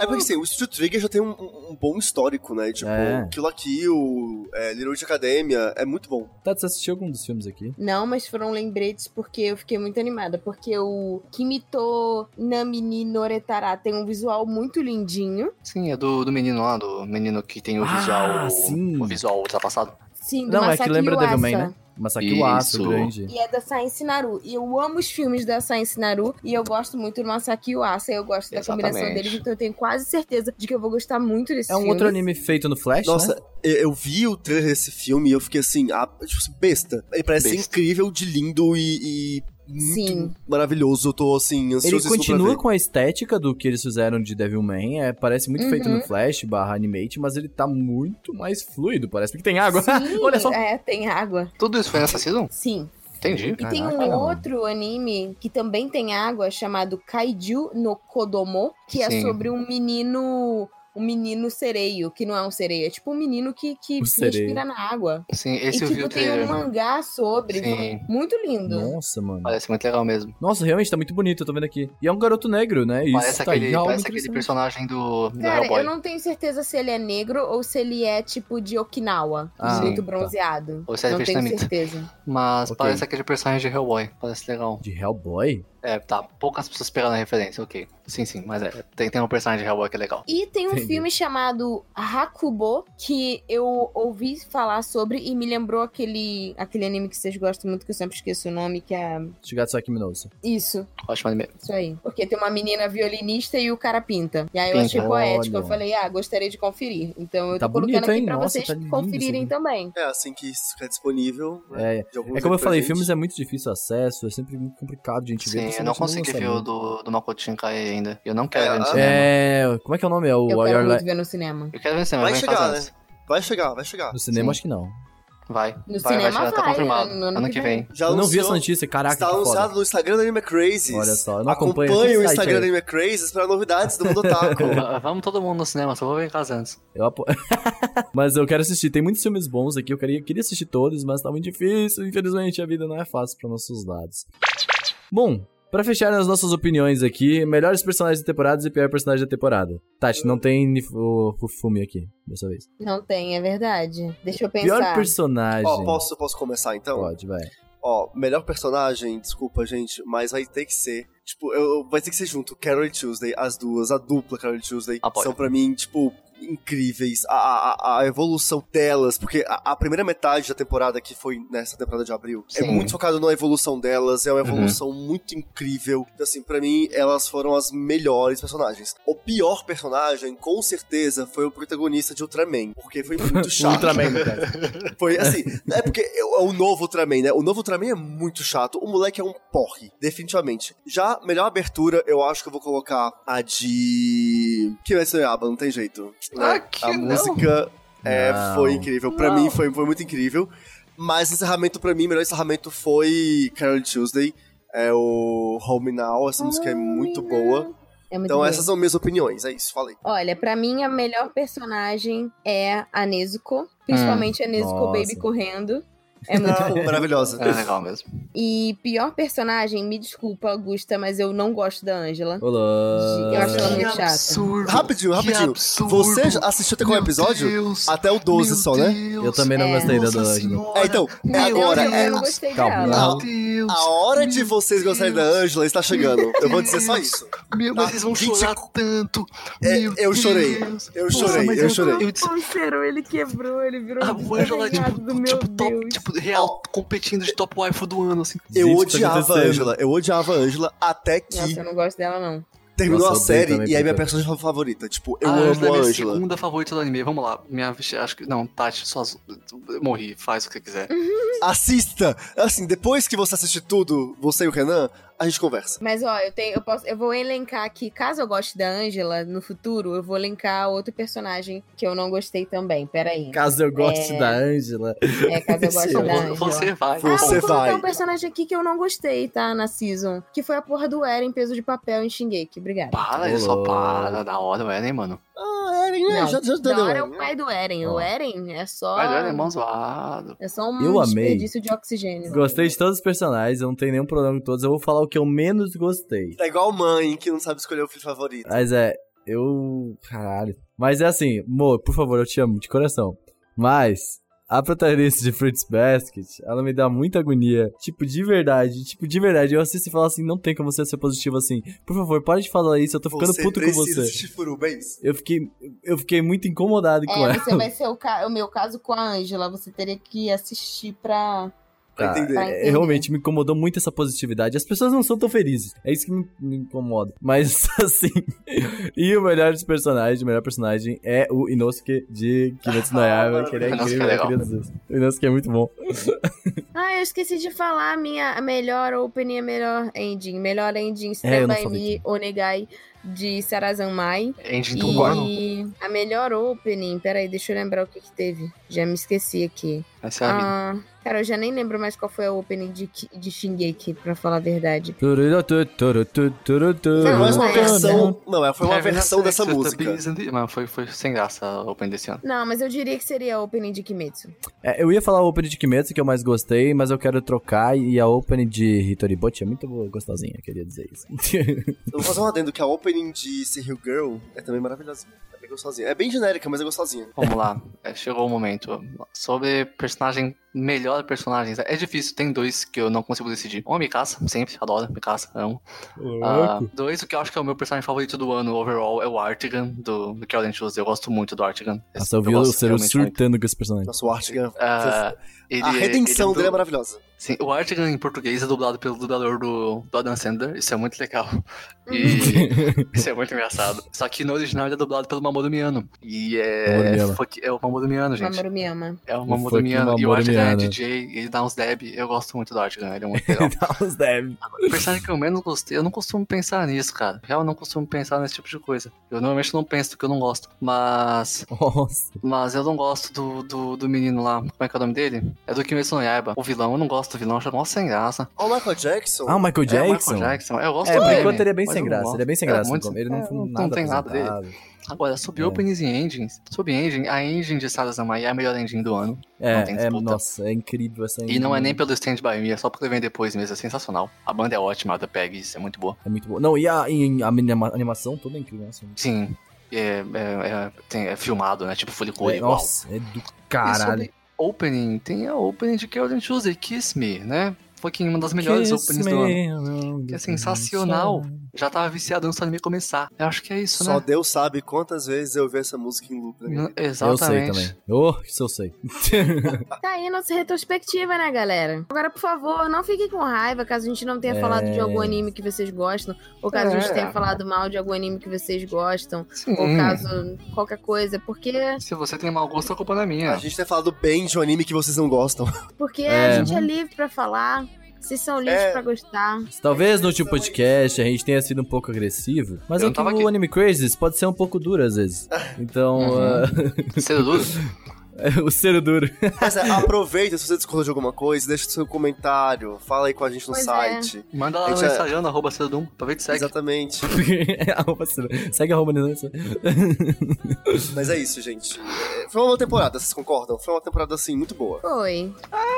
Speaker 5: É porque assim, o Studio Trigger já tem um, um- um bom histórico, né? Tipo,
Speaker 2: É.
Speaker 5: Kill la Kill, é, Little Witch Academia, é muito bom.
Speaker 2: Tá, você assistiu algum dos filmes aqui?
Speaker 4: Não, mas foram lembretes porque eu fiquei muito animada. Porque o Kimito Namini Noretara tem um visual muito lindinho.
Speaker 3: Sim, é do, do menino lá, do menino que tem o
Speaker 2: Ah,
Speaker 3: visual.
Speaker 2: sim.
Speaker 3: O visual ultrapassado.
Speaker 4: Sim, do
Speaker 2: Não, é
Speaker 4: Masaki
Speaker 2: que lembra
Speaker 4: Yuasa.
Speaker 2: Devilman, né? Masaki Uaço,
Speaker 3: Isso.
Speaker 2: grande.
Speaker 4: E é da Science Naru. E eu amo os filmes da Science Naru. E eu gosto muito do Masaki Yuasa. Eu gosto da combinação
Speaker 3: Exatamente.
Speaker 4: deles. Então eu tenho quase certeza de que eu vou gostar muito desse
Speaker 2: É um
Speaker 4: filme.
Speaker 2: outro anime feito no Flash,
Speaker 5: Nossa,
Speaker 2: né?
Speaker 5: eu, eu vi o trailer desse filme e eu fiquei assim, ah, tipo assim, besta. Ele parece
Speaker 3: Besta.
Speaker 5: incrível, de lindo e, e muito
Speaker 4: Sim.
Speaker 5: maravilhoso. Eu tô assim,
Speaker 2: Ele
Speaker 5: ansioso
Speaker 2: continua
Speaker 5: com...
Speaker 2: com a estética do que eles fizeram de Devilman, é, parece muito feito no
Speaker 4: Uhum.
Speaker 2: Flash barra Animate, mas ele tá muito mais fluido, parece que tem água.
Speaker 4: Sim,
Speaker 2: Olha só.
Speaker 4: É, tem água.
Speaker 3: Tudo isso foi nessa season?
Speaker 4: Sim.
Speaker 3: Entendi.
Speaker 4: E tem um
Speaker 2: Caraca, mano.
Speaker 4: outro anime que também tem água, chamado Kaiju no Kodomo, que é
Speaker 3: Sim.
Speaker 4: sobre um menino. Um menino sereio, que não é um sereio, é tipo um menino que, que
Speaker 2: Um sereio.
Speaker 4: respira na água.
Speaker 3: Sim, esse
Speaker 4: e
Speaker 3: eu vi
Speaker 4: tipo,
Speaker 3: o
Speaker 4: tem um
Speaker 3: trailer.
Speaker 4: mangá sobre.
Speaker 3: Sim.
Speaker 4: Muito lindo.
Speaker 2: Nossa, mano.
Speaker 3: Parece muito legal mesmo.
Speaker 2: Nossa, realmente tá muito bonito, eu tô vendo aqui. E é um garoto negro, né? Isso tá
Speaker 3: parece aquele,
Speaker 2: aí, algo
Speaker 3: parece aquele
Speaker 2: interessante.
Speaker 3: personagem do, do
Speaker 4: Cara,
Speaker 3: Hellboy.
Speaker 4: eu não tenho certeza se ele é negro ou se ele é tipo de Okinawa,
Speaker 2: Ah,
Speaker 4: muito
Speaker 3: sim, tá.
Speaker 4: bronzeado.
Speaker 3: Ou se é
Speaker 4: não tenho
Speaker 3: vietnamita.
Speaker 4: certeza.
Speaker 3: Mas
Speaker 2: Ok.
Speaker 3: parece aquele personagem de Hellboy. Parece legal.
Speaker 2: De Hellboy?
Speaker 3: É, tá. Poucas pessoas pegaram a referência, ok. Sim, sim, mas é. Tem, tem um personagem de Hellboy que é legal.
Speaker 4: E tem um
Speaker 2: Entendi.
Speaker 4: filme chamado Hakubo que eu ouvi falar sobre e me lembrou aquele aquele anime que vocês gostam muito que eu sempre esqueço o nome, que é
Speaker 2: Shigatsu Akiminoso.
Speaker 4: isso,
Speaker 3: Ótimo anime.
Speaker 4: isso aí. Porque tem uma menina violinista e o cara pinta. E aí eu
Speaker 3: Pinta.
Speaker 4: achei poético,
Speaker 2: Olha.
Speaker 4: eu falei: "Ah, gostaria de conferir". Então eu
Speaker 2: Tá
Speaker 4: tô colocando
Speaker 2: bonito,
Speaker 4: aqui
Speaker 2: hein?
Speaker 4: pra
Speaker 2: Nossa,
Speaker 4: vocês
Speaker 2: tá lindo
Speaker 4: conferirem
Speaker 2: esse
Speaker 4: também.
Speaker 5: É, assim que isso ficar disponível. né,
Speaker 2: É,
Speaker 5: de algum
Speaker 2: é como eu
Speaker 5: jeito pra
Speaker 2: falei,
Speaker 5: gente.
Speaker 2: filmes é muito difícil acesso, é sempre muito complicado de a gente ver.
Speaker 3: Sim, eu não
Speaker 2: principalmente no
Speaker 3: consegui ver o
Speaker 2: lançamento. do.
Speaker 3: do, do Makoto Shinkai ainda. Eu não quero
Speaker 5: É,
Speaker 3: ver no
Speaker 5: ah.
Speaker 3: cinema.
Speaker 2: É. Como é que é o nome? É o
Speaker 4: Eu
Speaker 2: All
Speaker 4: quero
Speaker 2: Your
Speaker 4: muito
Speaker 2: Li-
Speaker 4: ver no cinema.
Speaker 3: Eu quero ver no cinema,
Speaker 5: Vai
Speaker 3: mas
Speaker 5: chegar,
Speaker 3: antes.
Speaker 2: é-
Speaker 5: Vai chegar, vai chegar.
Speaker 2: No cinema,
Speaker 3: Sim.
Speaker 2: acho que não.
Speaker 3: Vai.
Speaker 4: No
Speaker 3: vai,
Speaker 4: cinema
Speaker 3: vai chegar, tá
Speaker 4: vai, né?
Speaker 3: confirmado.
Speaker 4: no
Speaker 3: ano que vem.
Speaker 5: Já
Speaker 2: Eu não vi
Speaker 5: anunciou-
Speaker 2: essa notícia, caraca.
Speaker 5: Está
Speaker 2: que foda.
Speaker 5: anunciado no Instagram do Anime Crazies.
Speaker 2: Olha só, eu não acompanho
Speaker 5: Acompanhe
Speaker 2: esse
Speaker 5: o
Speaker 2: site
Speaker 5: Instagram
Speaker 2: aí.
Speaker 5: do Anime Crazies para novidades do mundo otaku.
Speaker 3: Vamos todo mundo no cinema, só vou ver em casa antes.
Speaker 2: Eu apo- mas eu quero assistir. Tem muitos filmes bons aqui. Eu queria, queria assistir todos, mas tá muito difícil. Infelizmente, a vida não é fácil para nossos lados. Bom, pra fechar as nossas opiniões aqui, melhores personagens da temporada e pior personagem da temporada. Tati, não tem Nif- o o Fumi aqui, dessa vez.
Speaker 4: Não tem, é verdade. Deixa eu
Speaker 2: Pior
Speaker 4: pensar.
Speaker 2: personagem.
Speaker 5: Ó, posso, posso começar então?
Speaker 2: Pode, vai.
Speaker 5: Ó, melhor personagem, desculpa, gente, mas vai ter que ser. Tipo, eu, vai ter que ser junto. Carol e Tuesday, as duas, a dupla Carol e Tuesday,
Speaker 3: Apoio.
Speaker 5: são pra mim, tipo, incríveis. A, a, a evolução delas, porque a, a primeira metade da temporada, que foi nessa temporada de abril, é
Speaker 3: Sim.
Speaker 5: muito focado na evolução delas, é uma evolução muito incrível. Então, assim, pra mim, elas foram as melhores personagens. O pior personagem, com certeza, foi o protagonista de Ultraman, porque foi muito chato.
Speaker 2: Tá. Ultraman,
Speaker 3: Tá.
Speaker 2: no caso.
Speaker 5: Foi assim, é porque é o é o novo Ultraman, né? O novo Ultraman é muito chato. O moleque é um porre, definitivamente. Já, melhor abertura, eu acho que eu vou colocar a de. Que vai ser não tem jeito. né?
Speaker 3: Ah, que
Speaker 5: a
Speaker 3: não.
Speaker 5: música é,
Speaker 2: Não.
Speaker 5: foi incrível. Pra
Speaker 4: Não.
Speaker 5: mim foi, foi muito incrível. Mas encerramento, pra mim, o melhor encerramento foi Carol Tuesday. É o Home Now, essa música é muito boa.
Speaker 4: É muito
Speaker 5: Então
Speaker 4: boa.
Speaker 5: essas são minhas opiniões, é isso, falei.
Speaker 4: Olha, pra mim a melhor personagem é a Nezuko. Principalmente a Nezuko
Speaker 2: nossa.
Speaker 4: Baby correndo. É muito
Speaker 5: Ah, Maravilhosa.
Speaker 3: É legal mesmo.
Speaker 4: E pior personagem, me desculpa, Augusta, mas eu não gosto da Angela.
Speaker 2: Olá.
Speaker 4: Eu acho ela muito chata.
Speaker 3: absurdo.
Speaker 5: Rapidinho, rapidinho.
Speaker 3: Que absurdo.
Speaker 5: Você assistiu até qual
Speaker 3: Meu
Speaker 5: episódio?
Speaker 3: Deus.
Speaker 5: Até o 12
Speaker 3: Meu
Speaker 5: só, né?
Speaker 3: Deus.
Speaker 2: Eu também não
Speaker 4: É.
Speaker 2: gostei da né?
Speaker 3: Nossa
Speaker 2: Angela.
Speaker 3: Senhora.
Speaker 5: É, então, é
Speaker 3: Meu
Speaker 5: agora.
Speaker 4: Eu,
Speaker 5: É
Speaker 4: não gostei
Speaker 2: Calma,
Speaker 4: dela.
Speaker 3: Meu
Speaker 5: não.
Speaker 3: Deus.
Speaker 5: a hora de vocês gostarem da Angela está chegando. Eu vou dizer só isso.
Speaker 3: Meu,
Speaker 5: Tá,
Speaker 3: mas eles vão
Speaker 5: 20
Speaker 3: chorar tanto.
Speaker 5: É,
Speaker 3: Meu
Speaker 5: eu chorei.
Speaker 3: Deus.
Speaker 5: Eu
Speaker 3: Nossa,
Speaker 5: chorei,
Speaker 3: mas
Speaker 5: eu chorei.
Speaker 3: eu disse-
Speaker 4: Pulseirou, ele quebrou, ele virou
Speaker 3: A
Speaker 4: um
Speaker 3: Angela,
Speaker 4: desenhado
Speaker 3: tipo,
Speaker 4: do meu
Speaker 3: tipo, top,
Speaker 4: Deus.
Speaker 3: tipo, real, competindo de top waifu do ano, assim.
Speaker 5: Eu
Speaker 2: Gente, tá
Speaker 5: odiava a
Speaker 2: acontecendo.
Speaker 5: Angela. Eu odiava a Angela até que
Speaker 4: Nossa, eu não gosto dela, não.
Speaker 5: terminou
Speaker 2: Nossa,
Speaker 5: a
Speaker 2: eu
Speaker 5: série
Speaker 2: odeio também,
Speaker 5: e é minha
Speaker 2: puta.
Speaker 5: personagem favorita. Tipo, eu
Speaker 3: a
Speaker 5: amo a
Speaker 3: é minha
Speaker 5: Angela.
Speaker 3: segunda favorita do anime. Vamos lá. Minha, acho que. Não, Tati, só. eu Morri, faz o que quiser.
Speaker 5: Assista! Assim, depois que você assistir tudo, você e o Renan, a gente conversa.
Speaker 4: Mas ó, eu tenho, eu posso, eu vou elencar aqui, caso eu goste da Angela no futuro, eu vou elencar outro personagem que eu não gostei também. Peraí.
Speaker 2: Caso eu goste
Speaker 4: É.
Speaker 2: da Angela.
Speaker 4: É, caso eu goste
Speaker 2: Sim.
Speaker 4: da
Speaker 3: Vo-
Speaker 4: Angela.
Speaker 3: Você vai.
Speaker 4: Ah,
Speaker 5: Você
Speaker 4: eu vou colocar
Speaker 5: vai.
Speaker 4: um personagem aqui que eu não gostei, tá? Na season. Que foi a porra do Eren, peso de papel em Shingeki. Obrigada.
Speaker 3: Para, ele é só para. Da hora, ué, né, mano?
Speaker 5: Ah, Eren, né?
Speaker 4: Não,
Speaker 5: já, já
Speaker 4: da
Speaker 5: entendeu,
Speaker 4: hora é
Speaker 5: Eren.
Speaker 4: o pai do Eren.
Speaker 2: né? Ó.
Speaker 4: O Eren é só.
Speaker 3: Mas olha, é mão zoado.
Speaker 4: É só um
Speaker 2: Eu amei.
Speaker 4: desperdício de oxigênio.
Speaker 2: Gostei de todos os personagens, eu não tenho nenhum problema com todos. Eu vou falar o que eu menos gostei.
Speaker 5: Tá igual mãe que não sabe escolher o filho favorito.
Speaker 2: Mas é, eu. Caralho. Mas é assim, amor, por favor, eu te amo de coração. Mas. A protagonista de Fruits Basket, ela me dá muita agonia. Tipo, de verdade, tipo, de verdade. Eu assisto e falo assim, não tem como você ser positivo assim. Por favor, para de falar isso, eu tô ficando
Speaker 5: você
Speaker 2: puto com
Speaker 5: precisa
Speaker 2: você.
Speaker 5: assistir Furuba, é isso?
Speaker 2: Eu fiquei, eu fiquei muito incomodado com
Speaker 4: É,
Speaker 2: ela.
Speaker 4: você vai ser o, ca- o meu caso com a Angela. Você teria que assistir pra.
Speaker 5: Pra
Speaker 2: Tá,
Speaker 5: entender.
Speaker 4: pra
Speaker 2: É,
Speaker 4: entender.
Speaker 2: realmente me incomodou muito essa positividade. As pessoas não são tão felizes. É isso que me, me incomoda. Mas assim. e o melhor dos personagens, o melhor personagem é o Inosuke de Kimetsu no Yaiba, que ele é
Speaker 3: Inosuke é
Speaker 2: incrível, meu
Speaker 3: legal.
Speaker 2: querido Jesus. O Inosuke é muito bom.
Speaker 4: Ah, eu esqueci de falar a minha a melhor opening, a melhor ending. Melhor
Speaker 2: É,
Speaker 4: ending,
Speaker 2: eu
Speaker 4: Stand
Speaker 2: não
Speaker 4: By
Speaker 2: falei É,
Speaker 4: Me, Onegai, de Sarazan Mai.
Speaker 3: Engine
Speaker 2: então
Speaker 3: Concordo.
Speaker 4: E a melhor opening, peraí, deixa eu lembrar o que que teve. Já me esqueci aqui.
Speaker 3: Essa é a vida.
Speaker 4: Ah, cara, eu já nem lembro mais qual foi a opening de, Ki- de Shingeki, pra falar a verdade.
Speaker 5: Foi mais uma
Speaker 4: Não,
Speaker 5: versão. Não, é, foi uma
Speaker 3: É,
Speaker 5: versão dessa
Speaker 3: Sex with the
Speaker 5: música.
Speaker 3: Bees and the- Mas foi, foi sem graça a Open desse ano.
Speaker 4: Não, mas eu diria que seria a opening de Kimetsu.
Speaker 2: É, eu ia falar o opening de Kimetsu que eu mais gostei, mas eu quero trocar. E a opening de Hitoribochi é muito boa, gostosinha, eu queria dizer isso.
Speaker 5: Eu vou fazer um adendo que a opening de See Hill Girl é também maravilhosa. É bem gostosinha. É bem genérica, mas é gostosinha.
Speaker 3: Vamos lá, é, chegou o momento. Sobre personagem, melhor personagem. É difícil, tem dois que eu não consigo decidir. Um é Mikasa, sempre, adoro Mikasa, amo. Ah, dois, o que eu acho que é o meu personagem favorito do ano overall é o Artigan, do, do Kelden Shoes. Eu gosto muito do Artigan.
Speaker 2: Nossa, eu vi o
Speaker 3: Ah, gosto
Speaker 2: Seru
Speaker 3: realmente né? muito.
Speaker 2: surtando com esse personagem.
Speaker 5: Nossa, o Artigan.
Speaker 3: Ah, ele-
Speaker 5: a redenção
Speaker 3: ele
Speaker 5: dele é
Speaker 3: du-
Speaker 5: maravilhosa.
Speaker 3: Sim, o Artigan em português é dublado pelo dublador do, do Adam Sandler, isso é muito legal.
Speaker 4: Uhum.
Speaker 3: E isso é muito engraçado. Só que no original ele é dublado pelo Mamoru Miano. E
Speaker 2: Mamoru
Speaker 3: é.
Speaker 2: Miano.
Speaker 3: fuck- É o Mamoru Miano, gente.
Speaker 4: Mamoru me ama.
Speaker 3: É o
Speaker 2: O
Speaker 3: Mamoru
Speaker 2: fucking
Speaker 3: Miano. E o
Speaker 2: Mamoru
Speaker 3: Artigan é
Speaker 2: Miano.
Speaker 3: DJ, ele dá uns deb. Eu gosto muito do Artigan, ele é muito legal.
Speaker 2: Nossa, deve.
Speaker 3: O personagem que eu menos gostei, eu não costumo pensar nisso, cara. Real, eu não costumo pensar nesse tipo de coisa. Eu normalmente não penso porque eu não gosto. Mas.
Speaker 2: Nossa.
Speaker 3: Mas eu não gosto do, do, do menino lá. Como é que é o nome dele? É do Kimetsu no Yaiba. O vilão, eu não gosto do vilão, eu acho mó sem graça.
Speaker 5: Ó, o Michael Jackson.
Speaker 2: Ah, o Michael
Speaker 3: É, o
Speaker 2: Jackson?
Speaker 3: Michael Jackson. Eu gosto
Speaker 2: É,
Speaker 3: do
Speaker 2: por
Speaker 3: meme,
Speaker 2: enquanto ele é bem
Speaker 3: mas
Speaker 2: sem
Speaker 3: eu não
Speaker 2: graça,
Speaker 3: gosto.
Speaker 2: ele é bem sem
Speaker 3: É,
Speaker 2: graça.
Speaker 3: muito-
Speaker 2: ele não,
Speaker 3: é, não-
Speaker 2: nada
Speaker 3: não tem nada dele.
Speaker 2: apresentado.
Speaker 3: Agora, sobre
Speaker 2: É.
Speaker 3: openings e endings. Sobre engine, a engine de Sarazama é a melhor engine do ano. Não tem
Speaker 2: É, é,
Speaker 3: disputa.
Speaker 2: nossa, é incrível essa
Speaker 3: E não é nem pelo Stand By Me, é só porque vem depois mesmo. É sensacional. A banda é ótima, a da Pegs é muito boa.
Speaker 2: É muito boa. Não, e a, em- a anima- animação toda é incrível. Nossa,
Speaker 3: Sim. É, é, é- tem- é filmado, né? Tipo Fulicô
Speaker 2: é,
Speaker 3: igual. um
Speaker 2: nossa, é do
Speaker 3: E
Speaker 2: caralho.
Speaker 3: sobre opening, tem a opening de Kelden Choose, Kiss Me, né? Foi quem- uma das melhores
Speaker 2: Kiss
Speaker 3: openings do ano.
Speaker 2: me, não,
Speaker 3: Que é sensacional. Já tava viciado antes do anime começar. Eu acho que é isso,
Speaker 5: Só
Speaker 3: né?
Speaker 5: Deus sabe quantas vezes eu vi essa música em loop. Né?
Speaker 3: N-
Speaker 2: Eu sei
Speaker 3: Exatamente.
Speaker 2: também. Oh, isso eu sei.
Speaker 4: Tá aí nossa retrospectiva, né, galera? Agora, por favor, não fiquem com raiva caso a gente não tenha
Speaker 2: É.
Speaker 4: falado de algum anime que vocês gostam, ou caso a gente
Speaker 3: É.
Speaker 4: tenha falado mal de algum anime que vocês gostam,
Speaker 3: Sim.
Speaker 4: ou caso qualquer coisa, porque,
Speaker 3: Se você tem mau gosto, a culpa não é minha.
Speaker 5: A gente tem falado bem de um anime que vocês não gostam.
Speaker 4: porque
Speaker 2: É.
Speaker 4: a gente é livre pra falar, vocês são livres
Speaker 5: É.
Speaker 4: pra gostar.
Speaker 2: Talvez no último podcast a gente tenha sido um pouco agressivo, mas é
Speaker 3: Eu não
Speaker 2: que
Speaker 3: tava
Speaker 2: o
Speaker 3: aqui.
Speaker 2: Anime Crazes pode ser um pouco duro às vezes. Então,
Speaker 3: Uhum.
Speaker 2: ah,
Speaker 3: Cedo duro? Uhum.
Speaker 2: é o ser duro.
Speaker 5: Mas é, aproveita se você discordou de alguma coisa, deixa seu comentário, fala aí com a gente no
Speaker 4: Pois é.
Speaker 5: site.
Speaker 3: Manda lá no
Speaker 5: Isso é-
Speaker 3: Instagram, arroba cedo duro, aproveita e segue.
Speaker 5: Exatamente.
Speaker 2: É, Arroba Ciro. Segue a Romanizança.
Speaker 5: Mas é isso, gente. É, foi uma boa temporada, vocês concordam? Foi uma temporada, assim, muito boa.
Speaker 4: Foi.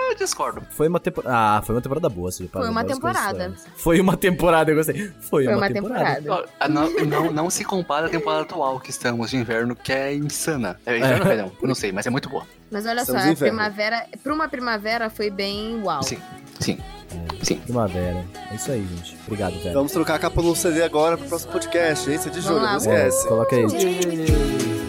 Speaker 3: Eu discordo.
Speaker 2: Foi uma temporada. Ah, foi uma temporada boa, se reparar,
Speaker 4: Foi uma
Speaker 2: várias
Speaker 4: temporada.
Speaker 2: coisas sérias. Foi uma temporada, eu gostei. Foi,
Speaker 4: Foi uma temporada.
Speaker 3: Ah, Não, não, não se compara à temporada atual que estamos de inverno, que é insana. É inverno, ou verão? Não sei, mas é muito boa.
Speaker 4: Mas olha
Speaker 5: Estamos
Speaker 4: só,
Speaker 5: em
Speaker 4: a
Speaker 5: inverno.
Speaker 4: primavera. Pra uma primavera foi bem uau.
Speaker 3: Sim, sim. Sim.
Speaker 2: Primavera. É isso aí, gente. Obrigado, velho.
Speaker 5: Vamos trocar a capa no CD agora pro próximo podcast, hein? Você é de
Speaker 4: Vamos
Speaker 2: É,
Speaker 5: julho,
Speaker 4: lá,
Speaker 5: não
Speaker 4: vamos.
Speaker 2: Ó,
Speaker 5: esquece.
Speaker 2: Coloca aí.